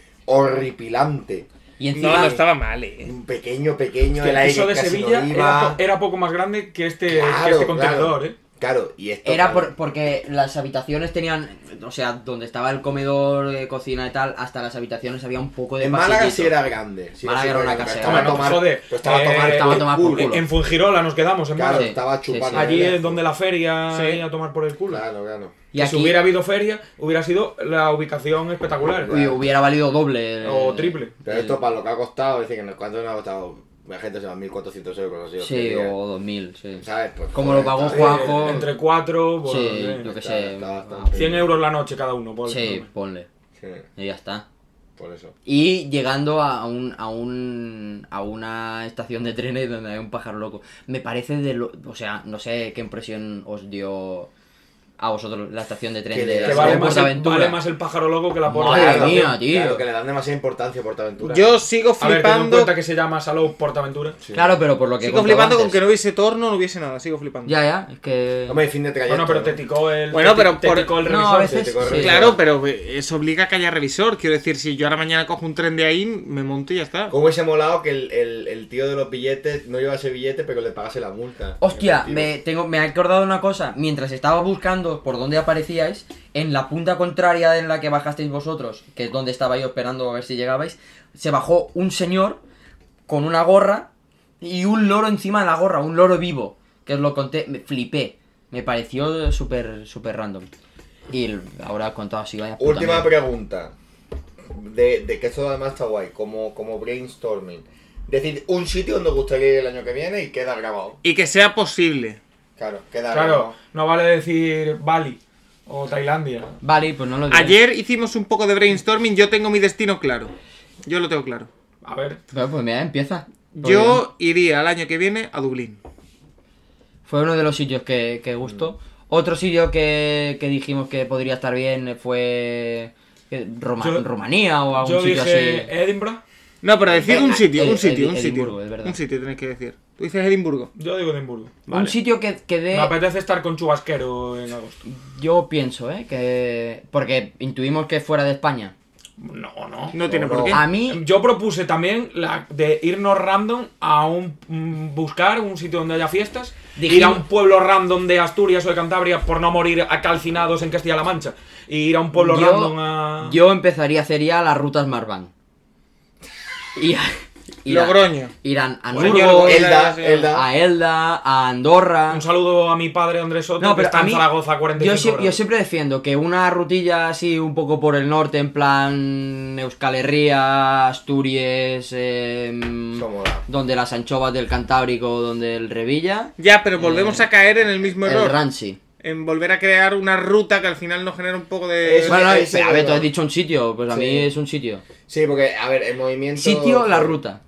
horripilante.
Y
No,
encima,
no estaba mal, eh.
Un pequeño, pequeño.
Que el
aire
piso de
casi no
Sevilla
iba.
era, po- era poco más grande que este, que
Claro,
este
claro.
contenedor, ¿eh?
Claro, y esto.
Era
claro.
por- porque las habitaciones tenían, o sea, donde estaba el comedor, eh, cocina y tal, hasta las habitaciones había un poco de
En Málaga
pasillito.
sí era grande. sí,
Málaga
sí
era una
grande,
casa
Estaba a
grande.
tomar,
Joder,
pero estaba a
eh,
tomar,
estaba a tomar por
culo.
culo.
En Fungirola nos quedamos, en
Claro,
Sí,
Málaga.
estaba chupando.
sí, sí.
Allí
¿verdad?
es donde la feria
Sí.
ahí a tomar por el culo.
Claro, claro.
Y
Que
aquí
si hubiera habido feria, hubiera sido la ubicación espectacular.
uy, hubiera valido doble. eh,
O triple.
Pero esto para lo que ha costado, dicen que no- cuánto nos ha costado, la gente se va 1400 euros, así.
Sí,
hostia,
o 2000, sí.
¿Sabes? Pues,
Como lo pagó
está bien.
Eh, Juanjo.
entre cuatro, bueno,
sí,
eh,
yo que
está,
sé.
está
ah,
bastante.
100 euros la noche cada uno. por
sí,
ejemplo.
ponle.
Sí,
Y ya está.
por eso.
Y llegando a un, a un a una estación de trenes donde hay un pájaro loco. Me parece de lo, o sea, no sé qué impresión os dio a vosotros la estación de
Que
tren
le-
de
Que
Sí,
vale
por
más, el,
Portaventura.
vale más el pájaro loco que la porra.
Madre
Claro,
mía,
claro,
tío.
Claro, que le dan demasiada importancia a Portaventura.
Yo
A
sigo
ver, teniendo en
flipando.
cuenta que se llama Salou Portaventura.
Sí.
Claro, pero por lo que he
Sigo
contado
flipando con
antes.
que no hubiese torno, no hubiese nada. Sigo flipando.
Ya, ya, es que
Hombre, fin de trayecto.
Bueno, pero
¿no?
te ticó el.
Bueno,
te-
pero
te
por-
ticó el
No, a
revisor.
veces-
Te ticó el
sí.
revisor.
Claro, pero eh, eso obliga a que haya revisor. Quiero decir, si yo ahora mañana cojo un tren de ahí, me monto y ya está.
¿Cómo hubiese molado que el, el- el tío de los billetes no llevase billete, pero le pagase la multa?
Hostia,
Efectivo.
me, tengo, me ha acordado una cosa. Mientras estaba buscando por dónde aparecíais, en la punta contraria en la que bajasteis vosotros, que es donde estaba yo esperando a ver si llegabais, se bajó un señor con una gorra y un loro encima de la gorra, un loro vivo. Que os lo conté, me flipé. Me pareció súper, súper random. Y el- ahora contado así, vaya. puta
Última
mierda.
pregunta. De, de que esto además está guay, como, como brainstorming. decir un sitio donde os gustaría ir el año que viene y queda grabado.
Y que sea posible.
Claro, queda
Claro,
grabado.
no vale decir Bali o Tailandia.
Vale, pues no lo digo.
Ayer hicimos un poco de brainstorming, yo tengo mi destino claro. Yo lo tengo claro.
A ver,
Bueno, pues mira, empieza. Pues bien.
Yo iría el año que viene a Dublín.
Fue uno de los sitios que, que
Mm.
gustó. Otro sitio que, que dijimos que podría estar bien fue eh, Roma-
Yo-
Rumanía o algún
yo
sitio
dije eh,
así.
Edinburgh,
No, pero decir un sitio,
Ed-
un sitio, un
Ed-
sitio.
Edimburgo, es verdad.
Un sitio tenés que decir. Tú dices Edimburgo.
yo digo Edimburgo.
Vale.
Un sitio que, que dé...
Me apetece estar con Chubasquero en agosto.
Yo pienso, ¿eh? Que... Porque intuimos que fuera de España.
No, no.
No tiene
no.
por qué.
A mí...
Eh, Yo propuse también la de irnos random a un mm, buscar un sitio donde haya fiestas, ir a
Dijimos-
un pueblo random de Asturias o de Cantabria por no morir a calcinados en Castilla-La Mancha, y ir a un pueblo random ah. a
Yo, yo empezaría a hacer ya las rutas Marván. Y a- ir a-
Logroño.
Irán a
Pues
Señor
Hamburgo,
Goya,
Elda,
señor.
Elda.
a Elda, a Andorra.
un saludo a mi padre Andrés Soto
No,
que
pero
está
a
en
mí,
Zaragoza a 45
yo, sie- yo
grados.
siempre defiendo que una rutilla así un poco por el norte, en plan Euskal Herria, Asturias, em,
Eso mola.
donde las anchovas del Cantábrico, donde el Revilla,
Ya, pero volvemos a caer en el mismo
el
error.
Ranchi.
En volver a crear una ruta que al final nos genera un poco de.
Eso-
Bueno, no,
ahí sí
pero, a
me
ver,
lo-
tú has dicho un sitio, pues a
Sí.
mí es un sitio.
Sí, porque, a ver, el movimiento.
Sitio, la ruta.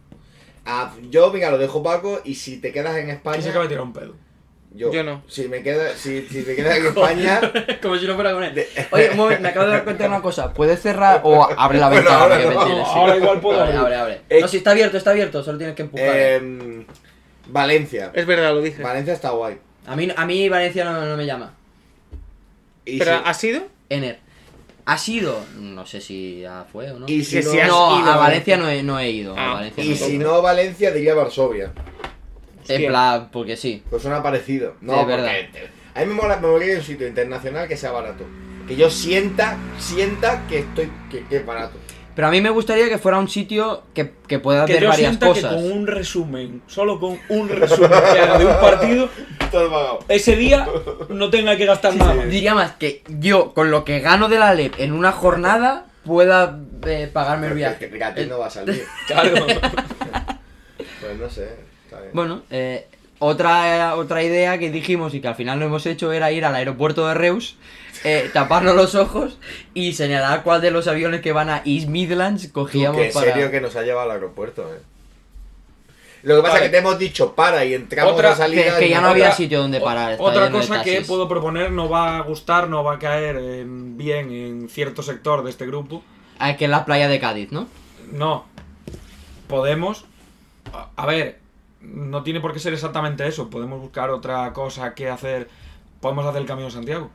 Ah, yo, venga, lo dejo Paco y si te quedas en
Que se
España.
acaba de tirar un pedo.
Yo,
Yo no.
Si, me queda, si, si te quedas en España.
Como si no fuera con
De-
Oye, un momento, me acabo de dar cuenta de una cosa. ¿Puedes cerrar
[LAUGHS]
o abre la
Bueno,
ventana?
ahora
que
no.
ventiles? Sí.
Ahora igual
[LAUGHS]
puedo
Abre, abre,
abrir.
abre.
Eh,
No, si está abierto, está abierto, solo tienes que empujar.
em, Valencia.
Es verdad, lo dije.
Valencia está guay.
A mí, a mí Valencia no, no me llama.
Y
¿Pero
si-
ha sido?
Ener. Ha sido. No sé si ya fue o no.
Y si
que
no,
si has
no,
ido
a
a
Valencia no he, no he ido. a
Ah,
Valencia no
y
he
si
ido.
no Valencia, diría Varsovia.
En plan, porque sí.
Pues suena parecido. No,
Sí, es
porque
verdad.
te- A mí me mola, me molaría un sitio internacional que sea barato. Que yo sienta, sienta que estoy, que, que es barato.
Pero a mí me gustaría que fuera un sitio que, que pueda
Que
ver
yo
varias
sienta
cosas.
que con un resumen, solo con un resumen que haga de un partido,
Todo pagado.
ese día no tenga que gastar nada. más.
Diría más que yo, con lo que gano de la LEP en una jornada, pueda eh, pagarme el
Que,
viaje.
que a ti no va a salir.
[LAUGHS] Claro.
Pues no sé. Está bien.
Bueno, eh, otra, otra idea que dijimos y que al final no hemos hecho era ir al aeropuerto de Reus, eh, taparnos los ojos y señalar cuál de los aviones que van a East Midlands
Tú,
cogíamos
que en
para.
serio que nos ha llevado al aeropuerto, eh. Lo que pasa
Vale.
es que te hemos dicho para y entramos
Otra-
a salida.
que- que
y
ya no
otra-
había sitio donde parar, está
Otra
lleno de
cosa que
taxis.
puedo proponer no va a gustar, no va a caer en- bien en cierto sector de este grupo.
Ah, que en la playa de Cádiz, ¿no?
No. Podemos. a- A ver, no tiene por qué ser exactamente eso. Podemos buscar otra cosa que hacer. Podemos hacer el Camino de Santiago.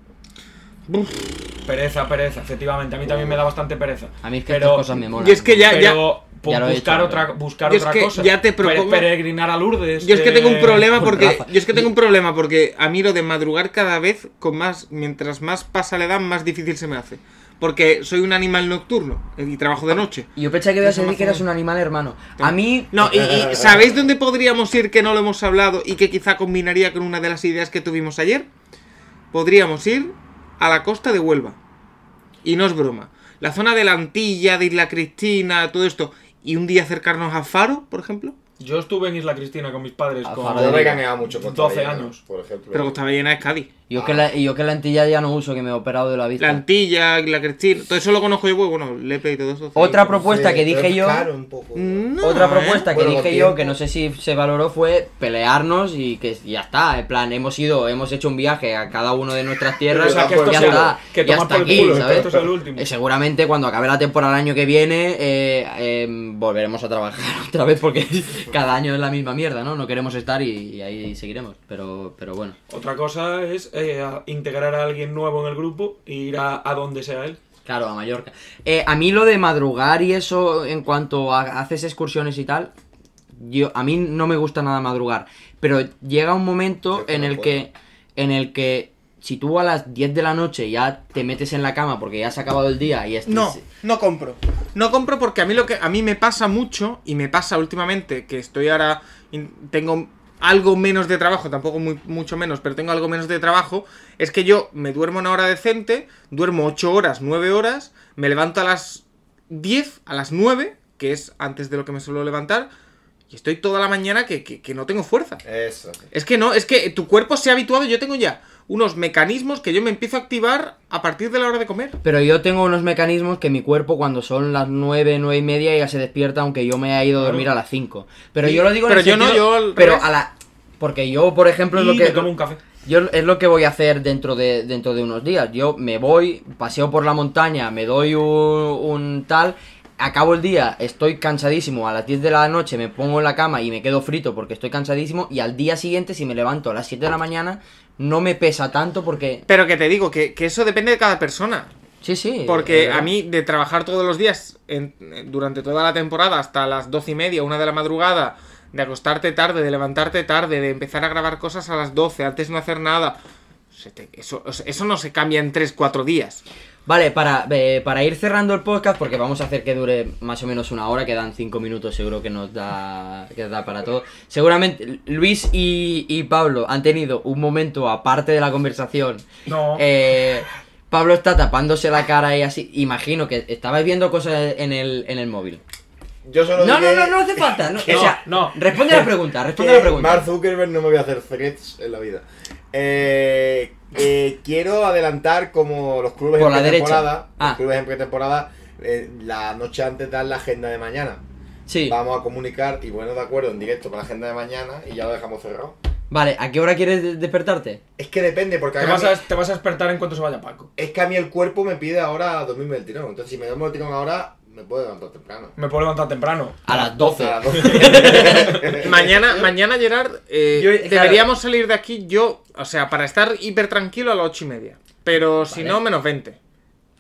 Pereza, pereza, efectivamente. A mí también me da bastante pereza.
A mí es que
Pero-
estas cosas me molan.
Y es que ya, ya.
pero po-
ya lo he
buscar
hecho,
otra,
pero-
buscar
Yo es
otra
que
cosa.
ya te
Pere-
propongo-
Peregrinar a Lourdes.
Yo es que
eh,
tengo un problema porque
Rafa.
yo es que tengo un problema porque a mí lo de madrugar cada vez con más mientras más pasa la edad más difícil se me hace porque soy un animal nocturno y trabajo de noche.
Y Yo pensé que ibas
Eso
a
me
decir
hace
que eras
bien.
un animal hermano. A mí.
No, y, y ¿sabéis dónde podríamos ir que no lo hemos hablado y que quizá combinaría con una de las ideas que tuvimos ayer? Podríamos ir a la costa de Huelva. Y no es broma. La zona de la Antilla, de Isla Cristina, todo esto. Y un día acercarnos a Faro, por ejemplo.
Yo estuve en Isla Cristina con mis padres.
Ah,
Con...
Faro
Yo
de-
me he caneado mucho con
12
Torrellano,
años.
Por ejemplo.
Pero Costa Ballena es Cádiz.
[LAUGHS] Yo que, la, yo que la antilla ya no uso, que me he operado de la
La
vista.
Antilla, Isla Cristina. Todo eso lo conozco yo, porque, bueno, Lepe y todo eso. sí.
Otra
No sé,
propuesta que
pero
dije
es
yo.
caro un poco.
No,
Otra
¿eh?
propuesta que
Bueno,
dije
con
yo,
tiempo.
que no sé si se valoró, fue pelearnos y que ya está. En plan, hemos ido, hemos hecho un viaje a cada uno de nuestras tierras.
O sea, que
ya
esto sea-
está.
que
ya
tomar
está
por
aquí,
culo, que
¿sabes?
esto sea el último.
Eh, Seguramente cuando acabe la temporada el año que viene, eh, eh, volveremos a trabajar [LAUGHS] otra vez porque cada año es la misma mierda, ¿no? No queremos estar y, y ahí seguiremos. Pero, pero bueno.
Otra cosa es eh, a- integrar a alguien nuevo en el grupo e ir a, a donde sea él.
Claro, a Mallorca. Eh, a mí lo de madrugar y eso, en cuanto a haces excursiones y tal, yo a mí no me gusta nada madrugar. Pero llega un momento
Yo que
en
no
el que, en el que si tú a las 10 de la noche ya te metes en la cama porque ya se ha acabado el día y este
No, no compro. No compro porque a mí lo que a mí me pasa mucho y me pasa últimamente que estoy ahora in- tengo algo menos de trabajo, tampoco muy, mucho menos, pero tengo algo menos de trabajo, es que yo me duermo una hora decente, duermo 8 horas, 9 horas, me levanto a las 10, a las 9, que es antes de lo que me suelo levantar, Y estoy toda la mañana que, que- que no tengo fuerza.
Eso. sí.
Es que no, es que tu cuerpo se ha habituado. Yo tengo ya unos mecanismos que yo me empiezo a activar a partir de la hora de comer.
Pero yo tengo unos mecanismos que mi cuerpo cuando son las 9, 9 y media ya se despierta aunque yo me haya ido a dormir a las 5. Pero
Sí,
yo lo digo en
pero
el
yo no,
sentido-
yo al
Pero
revés.
a la... Porque yo, por ejemplo, es lo
Y
que...
me tomo un café.
Yo es lo que voy a hacer dentro de, dentro de unos días. Yo me voy, paseo por la montaña, me doy un, un tal, acabo el día, estoy cansadísimo, a las 10 de la noche me pongo en la cama y me quedo frito porque estoy cansadísimo y al día siguiente si me levanto a las 7 de la mañana no me pesa tanto porque...
Pero que te digo, que, que eso depende de cada persona.
Sí, sí.
Porque
eh,
a mí, de trabajar todos los días, en- durante toda la temporada, hasta las doce y media, una de la madrugada, de acostarte tarde, de levantarte tarde, de empezar a grabar cosas a las 12, antes no hacer nada, se te- eso, o sea, eso no se cambia en 3-4 días.
Vale, para, eh, para ir cerrando el podcast, porque vamos a hacer que dure más o menos una hora, quedan cinco minutos seguro que nos da, que da para todo. Seguramente Luis y, y Pablo han tenido un momento aparte de la conversación.
No.
Eh, Pablo está tapándose la cara y así. Imagino que estabais viendo cosas en el, en el móvil.
Yo solo
No, no,
diré
no, no hace falta. no, o
No,
sea,
no.
responde la pregunta,
que
responde la pregunta.
Mark Zuckerberg no me voy a hacer threads en la vida. Eh, eh, quiero adelantar como los clubes
Por
en
la derecha.
pretemporada.
Ah.
Los clubes en pretemporada, eh, la noche antes dan la agenda de mañana.
Sí.
Vamos a comunicar y bueno, de acuerdo, en directo para la agenda de mañana y ya lo dejamos cerrado.
Vale, ¿a qué hora quieres de- despertarte?
Es que depende, porque
Te
ahora
vas, a,
mi-
te vas a despertar en cuanto se vaya Paco.
es que a mí el cuerpo me pide ahora dormirme el tirón. Entonces, si me duermo el tirón ahora, me puedo levantar temprano.
Me puedo levantar temprano.
A las 12.
A las 12.
[LAUGHS] Mañana, mañana Gerard, eh,
Yo-
deberíamos salir de aquí yo, o sea, para estar hiper tranquilo a las 8 y media. Pero si
Vale.
no, menos 20.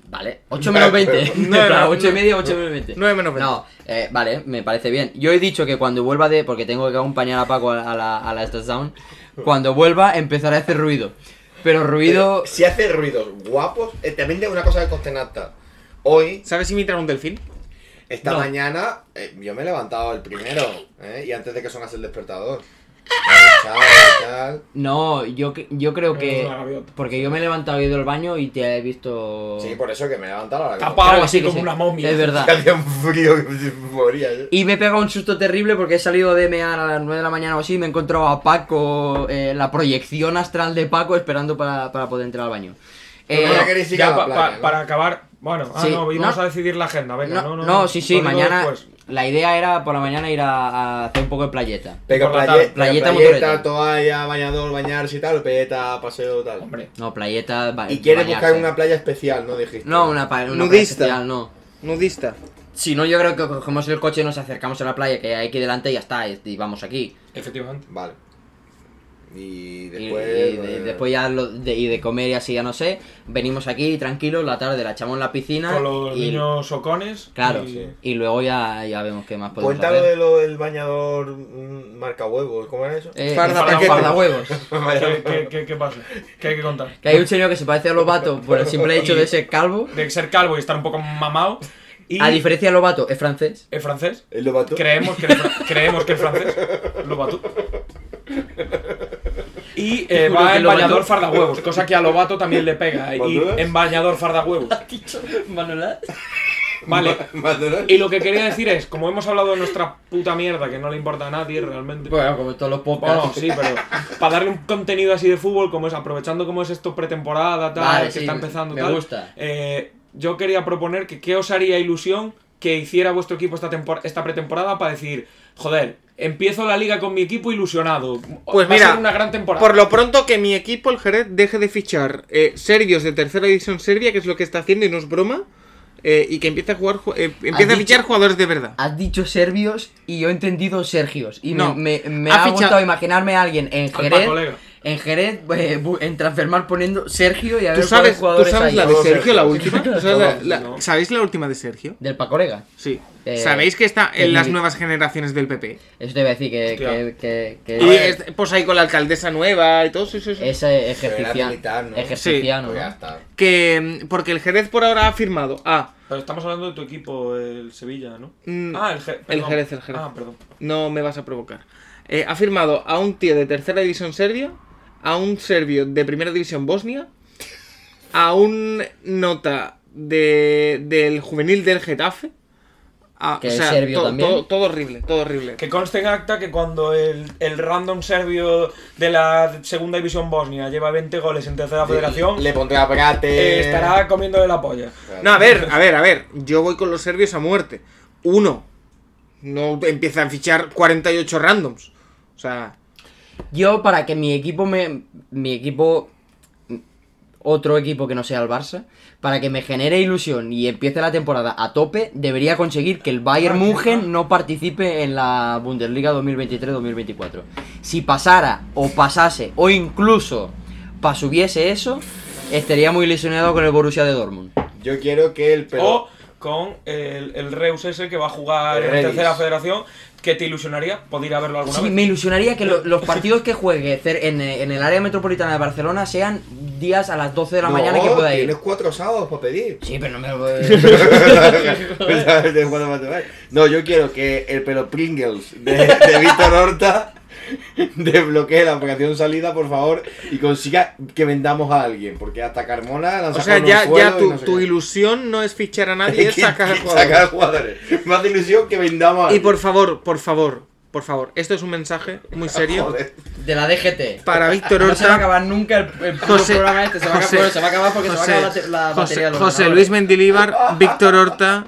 Vale, 8 menos 20. [LAUGHS]
No,
En plan,
no,
8 y
no.
media, 8 menos 20.
9 menos 20.
No, eh, vale, me parece bien. Yo he dicho que cuando vuelva de. Porque tengo que acompañar a Paco a, a la, a la Estación. Cuando vuelva empezará a hacer ruido. Pero ruido.
Eh,
Si hace ruidos guapos, eh, también tengo una cosa que consternata. Hoy,
¿Sabes imitar a un delfín?
esta
No.
mañana, eh, yo me he levantado el primero, ¿eh? Y antes de que sonase el despertador. Eh, chao, y tal.
No, yo, que- yo creo
Es
que.
una gaviota.
Porque yo me he levantado y he ido al baño y te he visto.
Sí, por eso que me he levantado a la
Tapa.
Claro que
así
que
como una momia.
Es
[LAUGHS]
verdad.
Que hacía un frío que me moría. ¿eh? yo.
Y me he pegado un susto terrible porque he salido de mear a las 9 de la mañana o así y me he encontrado a Paco, eh, la proyección astral de Paco esperando para, para poder entrar al baño. Eh,
Bueno, queréis ir a la
pa-
playa,
pa-
¿no?
para acabar. Bueno, ah,
Sí,
no, íbamos
no.
a decidir la agenda. Venga,
no,
no, no.
no, sí, sí,
lo digo
mañana.
después.
La idea era por la mañana ir a, a hacer un poco de playeta.
Pega
Por la
playe-
tarde,
pega
playeta,
playeta,
motoreta.
toalla, bañador, bañarse y tal, playeta, paseo, tal.
Hombre,
No, playeta. ba-
Y quieres
bañarse.
buscar una playa especial, ¿no? Dijiste.
No, una, pa- una playa
Nudista.
especial, no.
Nudista.
Si no, yo creo que cogemos el coche y nos acercamos a la playa que hay aquí delante y ya está, y, y vamos aquí.
efectivamente.
Vale. Y
Y-
después.
y, de-
eh,
después ya lo de, y de comer y así ya no sé. Venimos aquí tranquilos, la tarde la echamos en la piscina.
Con los
y,
niños socones.
Claro,
y-
Sí.
y luego ya, ya vemos qué más podemos
Cuéntalo
hacer.
de lo del bañador mm, marca huevos, ¿cómo era eso?
Eh,
farda
farda-
[LAUGHS]
paquete.
fardahuevos.
¿Qué, qué, qué, qué pasa? ¿Qué hay que contar?
Que hay un señor que se parece a Lobato por el simple hecho de ser calvo.
De ser calvo y estar un poco mamado. Y
A diferencia de Lobato, es francés.
[COUGHS] el francés.
¿El lobato?
Creemos que, el fra- creemos que el francés lo batú. Y eh,
Juro
va
que
en
lo batú.
bañador farda huevos, cosa que a Lobato también le pega. eh, Y
¿Maduras?
en bañador farda huevos.
Manuela.
Vale.
¿Maduras?
Y lo que quería decir es, como hemos hablado de nuestra puta mierda que no le importa a nadie realmente.
Bueno, pues, como todos los podcasts.
Bueno, sí, pero para darle un contenido así de fútbol, como es aprovechando como es esto pretemporada, tal,
Vale,
que
sí,
está empezando,
me
tal.
gusta.
eh, yo quería proponer que qué os haría ilusión que hiciera vuestro equipo esta, tempor- esta pretemporada para decir, joder, empiezo la liga con mi equipo ilusionado.
Pues
Va a
mira,
ser una gran temporada.
Por lo pronto que mi equipo, el Jerez, deje de fichar eh, serbios de tercera división serbia, que es lo que está haciendo y no es broma, eh, y que empiece a jugar, ju- eh, empiece a
dicho-
fichar jugadores de verdad.
Has dicho serbios y yo he entendido sergios. Y me-
No,
me, me
ha
ha
ficha-
gustado imaginarme a alguien en
Al
Jerez.
Paco Lega.
En Jerez, eh, bu- en transfermar poniendo Sergio y a ver
¿Tú
cuáles
sabes, ¿tú
jugadores
sabes
hay.
la de
Todos
Sergio, la
serbios.
última? ¿Tú sabes la-
Todos,
la-
no.
¿Sabéis la última de Sergio?
Del Pacorega.
Sí.
Eh,
¿Sabéis que está
que
en las
mi-
nuevas generaciones del PP?
Eso te iba a decir que,
Hostia.
que, que, que-
Y es- pues ahí con la alcaldesa nueva y todo, sí, sí, sí.
ese
Pero era
ejercicia,
militar, ¿no?
ejerciciano.
Pues ya está.
Que, mm, porque el Jerez por ahora ha ah, firmado a...
Pero estamos hablando de tu equipo, el Sevilla, ¿no?
Mm,
ah, el, Je-
el
perdón.
Jerez, el Jerez.
Ah, perdón.
No me vas a provocar. Eh, ha firmado a un tío de tercera división serbia, a un serbio de primera división bosnia, a un nota de, del juvenil del Getafe, Ah,
Que
o
es
sea,
serbio
to-
también.
Todo, todo horrible, todo horrible.
Que conste en acta que cuando el, el random serbio de la segunda división bosnia lleva 20 goles en tercera federación,
Le pondré a Brate.
eh, estará comiendo de la polla.
No, a ver, a ver, a ver. Yo voy con los serbios a muerte. Uno, no empieza a fichar 48 randoms. O sea,
Yo, para que mi equipo me. Mi equipo. Otro equipo que no sea el Barça. Para que me genere ilusión y empiece la temporada a tope, debería conseguir que el Bayern München no participe en la Bundesliga 2023-2024. Si pasara, o pasase, o incluso pasubiese eso, estaría muy lesionado con el Borussia de Dortmund.
Yo quiero que el pero-
O con el, el Reus ese que va a jugar
El
en
Redis.
tercera federación, que te ilusionaría poder ir a verlo alguna
Sí,
vez.
me ilusionaría que lo- los partidos que juegue cer- en, eh, en el área metropolitana de Barcelona sean días a las 12 de la
No,
mañana que pueda ir.
Tienes cuatro sábados para pedir.
Sí, pero no me lo
Pues, ¿sabes de cuándo vas a ver? [LAUGHS] no, yo quiero que el pelo Pringles de, de Víctor Horta desbloquee la aplicación salida, por favor, y consiga que vendamos a alguien, porque hasta Carmona lanza
o sea
con
ya,
un
ya
sueldo y
tu,
no sé
tu
qué.
ilusión no es
[LAUGHS]
fichar a nadie,
Que-
es sacar
que
jugadores.
sacar jugadores. Más ilusión que vendamos a
Y
alguien.
por favor, por favor, por favor, esto es un mensaje
[LAUGHS]
muy serio
Joder.
De la DGT.
[LAUGHS]
para Víctor
No se va a
Horta.
acabar nunca el, el puto
José-
programa este. Se va, a acabar,
José-
bueno, se va a acabar porque se va a acabar la,
José-
la
José-
batería de los
José
ordenadores. [LAUGHS]
Luis Mendilíbar, Víctor Horta,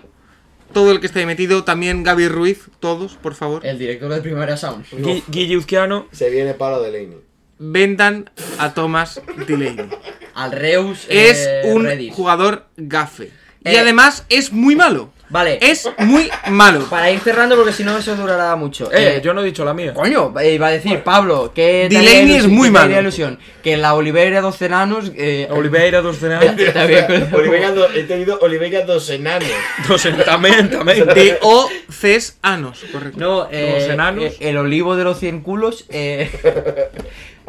todo el que está ahí metido, también Gaby Ruiz, todos, por favor,
El director de Primera Sound.
Gui- Guille Uzquiano,
Se viene palo de Laney.
vendan a Thomas
[LAUGHS]
Delaney.
Al Reus.
Es
eh,
un
Redis.
jugador gafe. Y
Eh.
además es muy malo.
Vale.
Es muy malo.
Para ir cerrando porque si no eso durará mucho.
eh,
Eh,
yo no he dicho la mía.
Coño, eh, iba a decir Pablo que te
Delaney
haría
es
ilusión-
muy
que te haría
malo.
ilusión que la Oliveira dos enanos eh, [LAUGHS]
Oliveira dos
que te había-
Oliveira do- he tenido Oliveira dos enanos.
también, también.
[LAUGHS] De O Cs Anos, correcto.
No, eh,
Los enanos.
eh, el olivo de los 100 culos. Eh, [LAUGHS]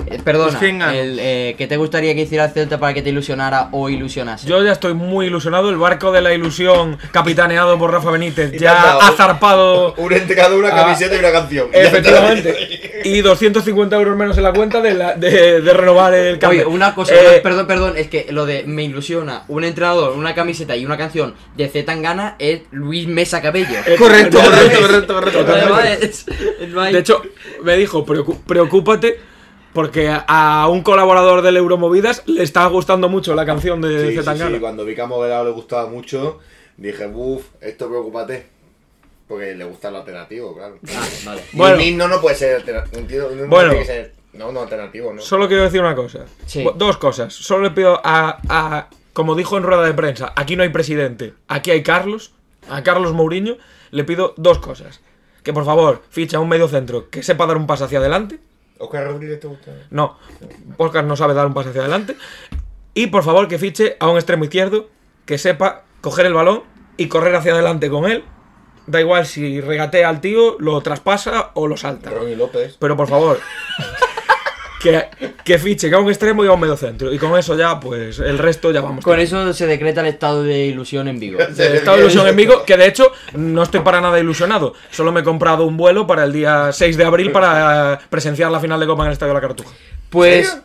eh, perdona,
Los 100 ganos.
el, eh, ¿qué te gustaría que hiciera el Celta para que te ilusionara o ilusionase?
Yo ya estoy muy ilusionado. El barco de la ilusión, capitaneado por Rafa Benítez,
Y te han
ya
dado [LAUGHS]
ha zarpado.
Una entregada, una
Ah.
camiseta y una canción. Ya está.
Efectivamente. Y 250 euros menos en la cuenta de, la- de, de renovar el
Oye,
cambio.
una cosa,
Eh,
no, perdón, perdón, es que lo de me ilusiona un entrenador, una camiseta y una canción de Z Tangana es Luis Mesa Cabello.
Eh,
[LAUGHS]
Correcto,
no,
correcto,
no,
correcto, correcto.
Lo demás es- no hay-
De hecho, me dijo, "Preocu- preocúpate. Porque a- a un colaborador del Euromovidas le está gustando mucho la canción de
Sí, sí,
Zetangana.
sí, cuando vi que a Modelado le gustaba mucho, dije, uff, esto preocúpate. Porque le gusta lo alternativo, claro.
Ah, Vale.
Bueno.
Bueno. Y no, no puede ser alternativo. No,
Bueno.
tiene que ser- no, no, alternativo, ¿no?
Solo quiero decir una cosa.
Sí.
Bu- Dos cosas. Solo le pido a, a- Como dijo en rueda de prensa, aquí no hay presidente, aquí hay Carlos, a Carlos Mourinho, le pido dos cosas. Que por favor, ficha un medio centro que sepa dar un paso hacia adelante.
Oscar Rodríguez te gusta.
No, Oscar no sabe dar un paso hacia adelante. Y por favor, que fiche a un extremo izquierdo que sepa coger el balón y correr hacia adelante con él. Da igual si regatea al tío, lo traspasa o lo salta.
Ronnie López.
Pero por
[LAUGHS]
favor, que, que fiche que a un extremo y a un medio centro. Y con eso ya, pues, el resto ya vamos.
Con eso se decreta el estado de ilusión en Vigo.
El estado de ilusión en Vigo, que de hecho no estoy para nada ilusionado. Solo me he comprado un vuelo para el día 6 de abril para presenciar la final de Copa en el Estadio de la Cartuja.
Pues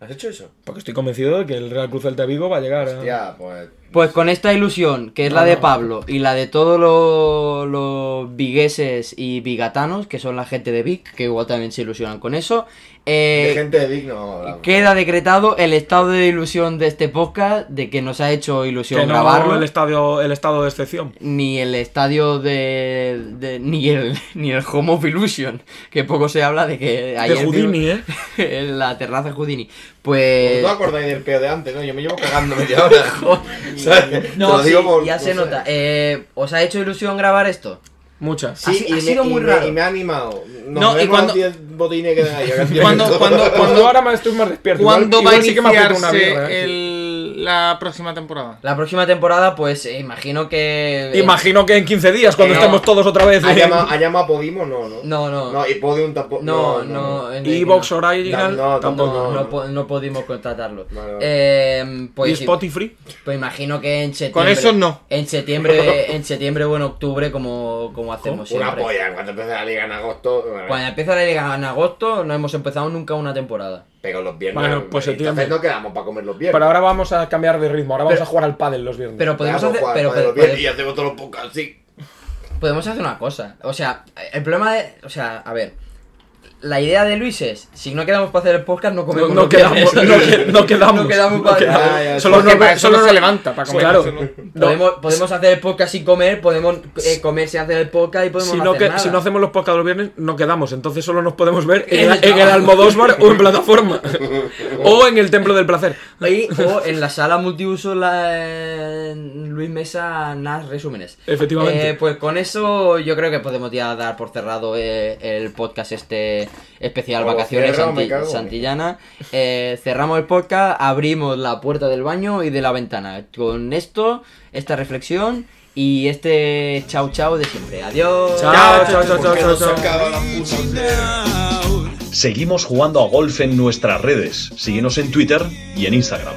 ¿Has hecho eso?
Porque estoy convencido de que el Real Cruz Celta Vigo va a llegar a...
Ya, pues.
Pues con esta ilusión, que es la de Pablo y la de todos lo- los vigueses y vigatanos, que son la gente de Vic, que igual también se ilusionan con eso, eh,
de gente de Vic no vamos a hablar.
queda decretado el estado de ilusión de este podcast, de que nos ha hecho ilusión
Que no
grabarlo,
el, estadio, el estado de excepción.
ni el estadio de, de- ni el [LAUGHS] ni el Home of Illusion, que poco se habla de que ayer
de Houdini, ¿eh?
en [LAUGHS] la terraza de Houdini. Pues
¿No os acordáis del peo de antes, no? Yo me llevo cagando media hora. ¿Sabes? Te
no,
lo digo
sí,
por-
ya se
no sé.
nota. Eh, ¿Os ha hecho ilusión grabar esto?
Muchas.
[LAUGHS]
Ha si-
Sí, y
ha
me-
sido
y
muy
me-
raro.
Y me ha animado. Nos
No, y
vemos
cuando-
los 10 botines que dan ahí. ahora sí.
Cuando- cuando-
Cuando ahora me estoy más despierto.
¿Cuándo
Igual-
va a
igual sí que me apetece una birra,
iniciarse
¿eh?
el- la próxima temporada?
La próxima temporada, pues eh, imagino que. eh,
Imagino que en 15 días, cuando
Eh,
No.
estemos todos otra vez.
¿Ha
en-
llamado, ¿Ha llamado a Podimo? No, no.
No, no.
No, y Podium tampoco.
no, no. eh, en-
y Vox
no,
Original
No, no,
tampoco.
no,
no,
no
no.
po- no pudimos contratarlo.
Vale, vale.
Eh,
y
pues, sí,
Spotify.
pues imagino que en septiembre.
eso no.
En
[LAUGHS]
septiembre, en septiembre o en octubre, como, como hacemos
Una
siempre.
polla, cuando empieza la liga en agosto, bueno,
Cuando empieza la liga en agosto, no hemos empezado nunca una temporada.
pego los viernes.
Bueno, pues septiembre.
entonces no quedamos para comer los viernes.
Pero ahora vamos a cambiar de ritmo. Ahora vamos
Pero-
a jugar al pádel los viernes.
Pero podemos
Quedamos
hacer.
para-
Pero,
para
pero-
los viernes y hacemos todos los podcasts así.
podemos hacer una cosa. O sea, el problema de. O sea, a ver. La idea de Luis es: si no quedamos para hacer el podcast, no
No,
comemos.
no quedamos, no, que- no
[LAUGHS]
quedamos.
No quedamos para-
Ya, ya,
Solo
Porque
nos-
para eso
solo
no se
nos-
levanta, para comer.
Claro.
eso no.
No. pues
Podemos, podemos hacer el podcast sin comer, podemos eh, comer sin hacer el podcast y podemos
Si
no
no,
hacer
que,
nada.
si no hacemos los podcasts los viernes, no quedamos. Entonces solo nos podemos [LAUGHS] ver en,
En el
el- en el
trabajo.
Almodóvar o en plataforma. o en el Templo del Placer. [LAUGHS]
Y- o en la sala multiuso la, en Luis Mesa Nas Resúmenes.
Efectivamente.
Eh, pues con eso yo creo que podemos ya dar por cerrado eh, el podcast este especial
O
vacaciones
Oh, cierra o me
Santi-
cago.
santillana. Eh, cerramos el podcast, abrimos la puerta del baño y de la ventana. Con esto, esta reflexión y este chau chau de siempre. Adiós.
Chao, chao, chao, chao,
Porque
chao,
no se
chao.
acaba la puta idea.
Seguimos jugando a golf en nuestras redes. Síguenos en Twitter y en Instagram.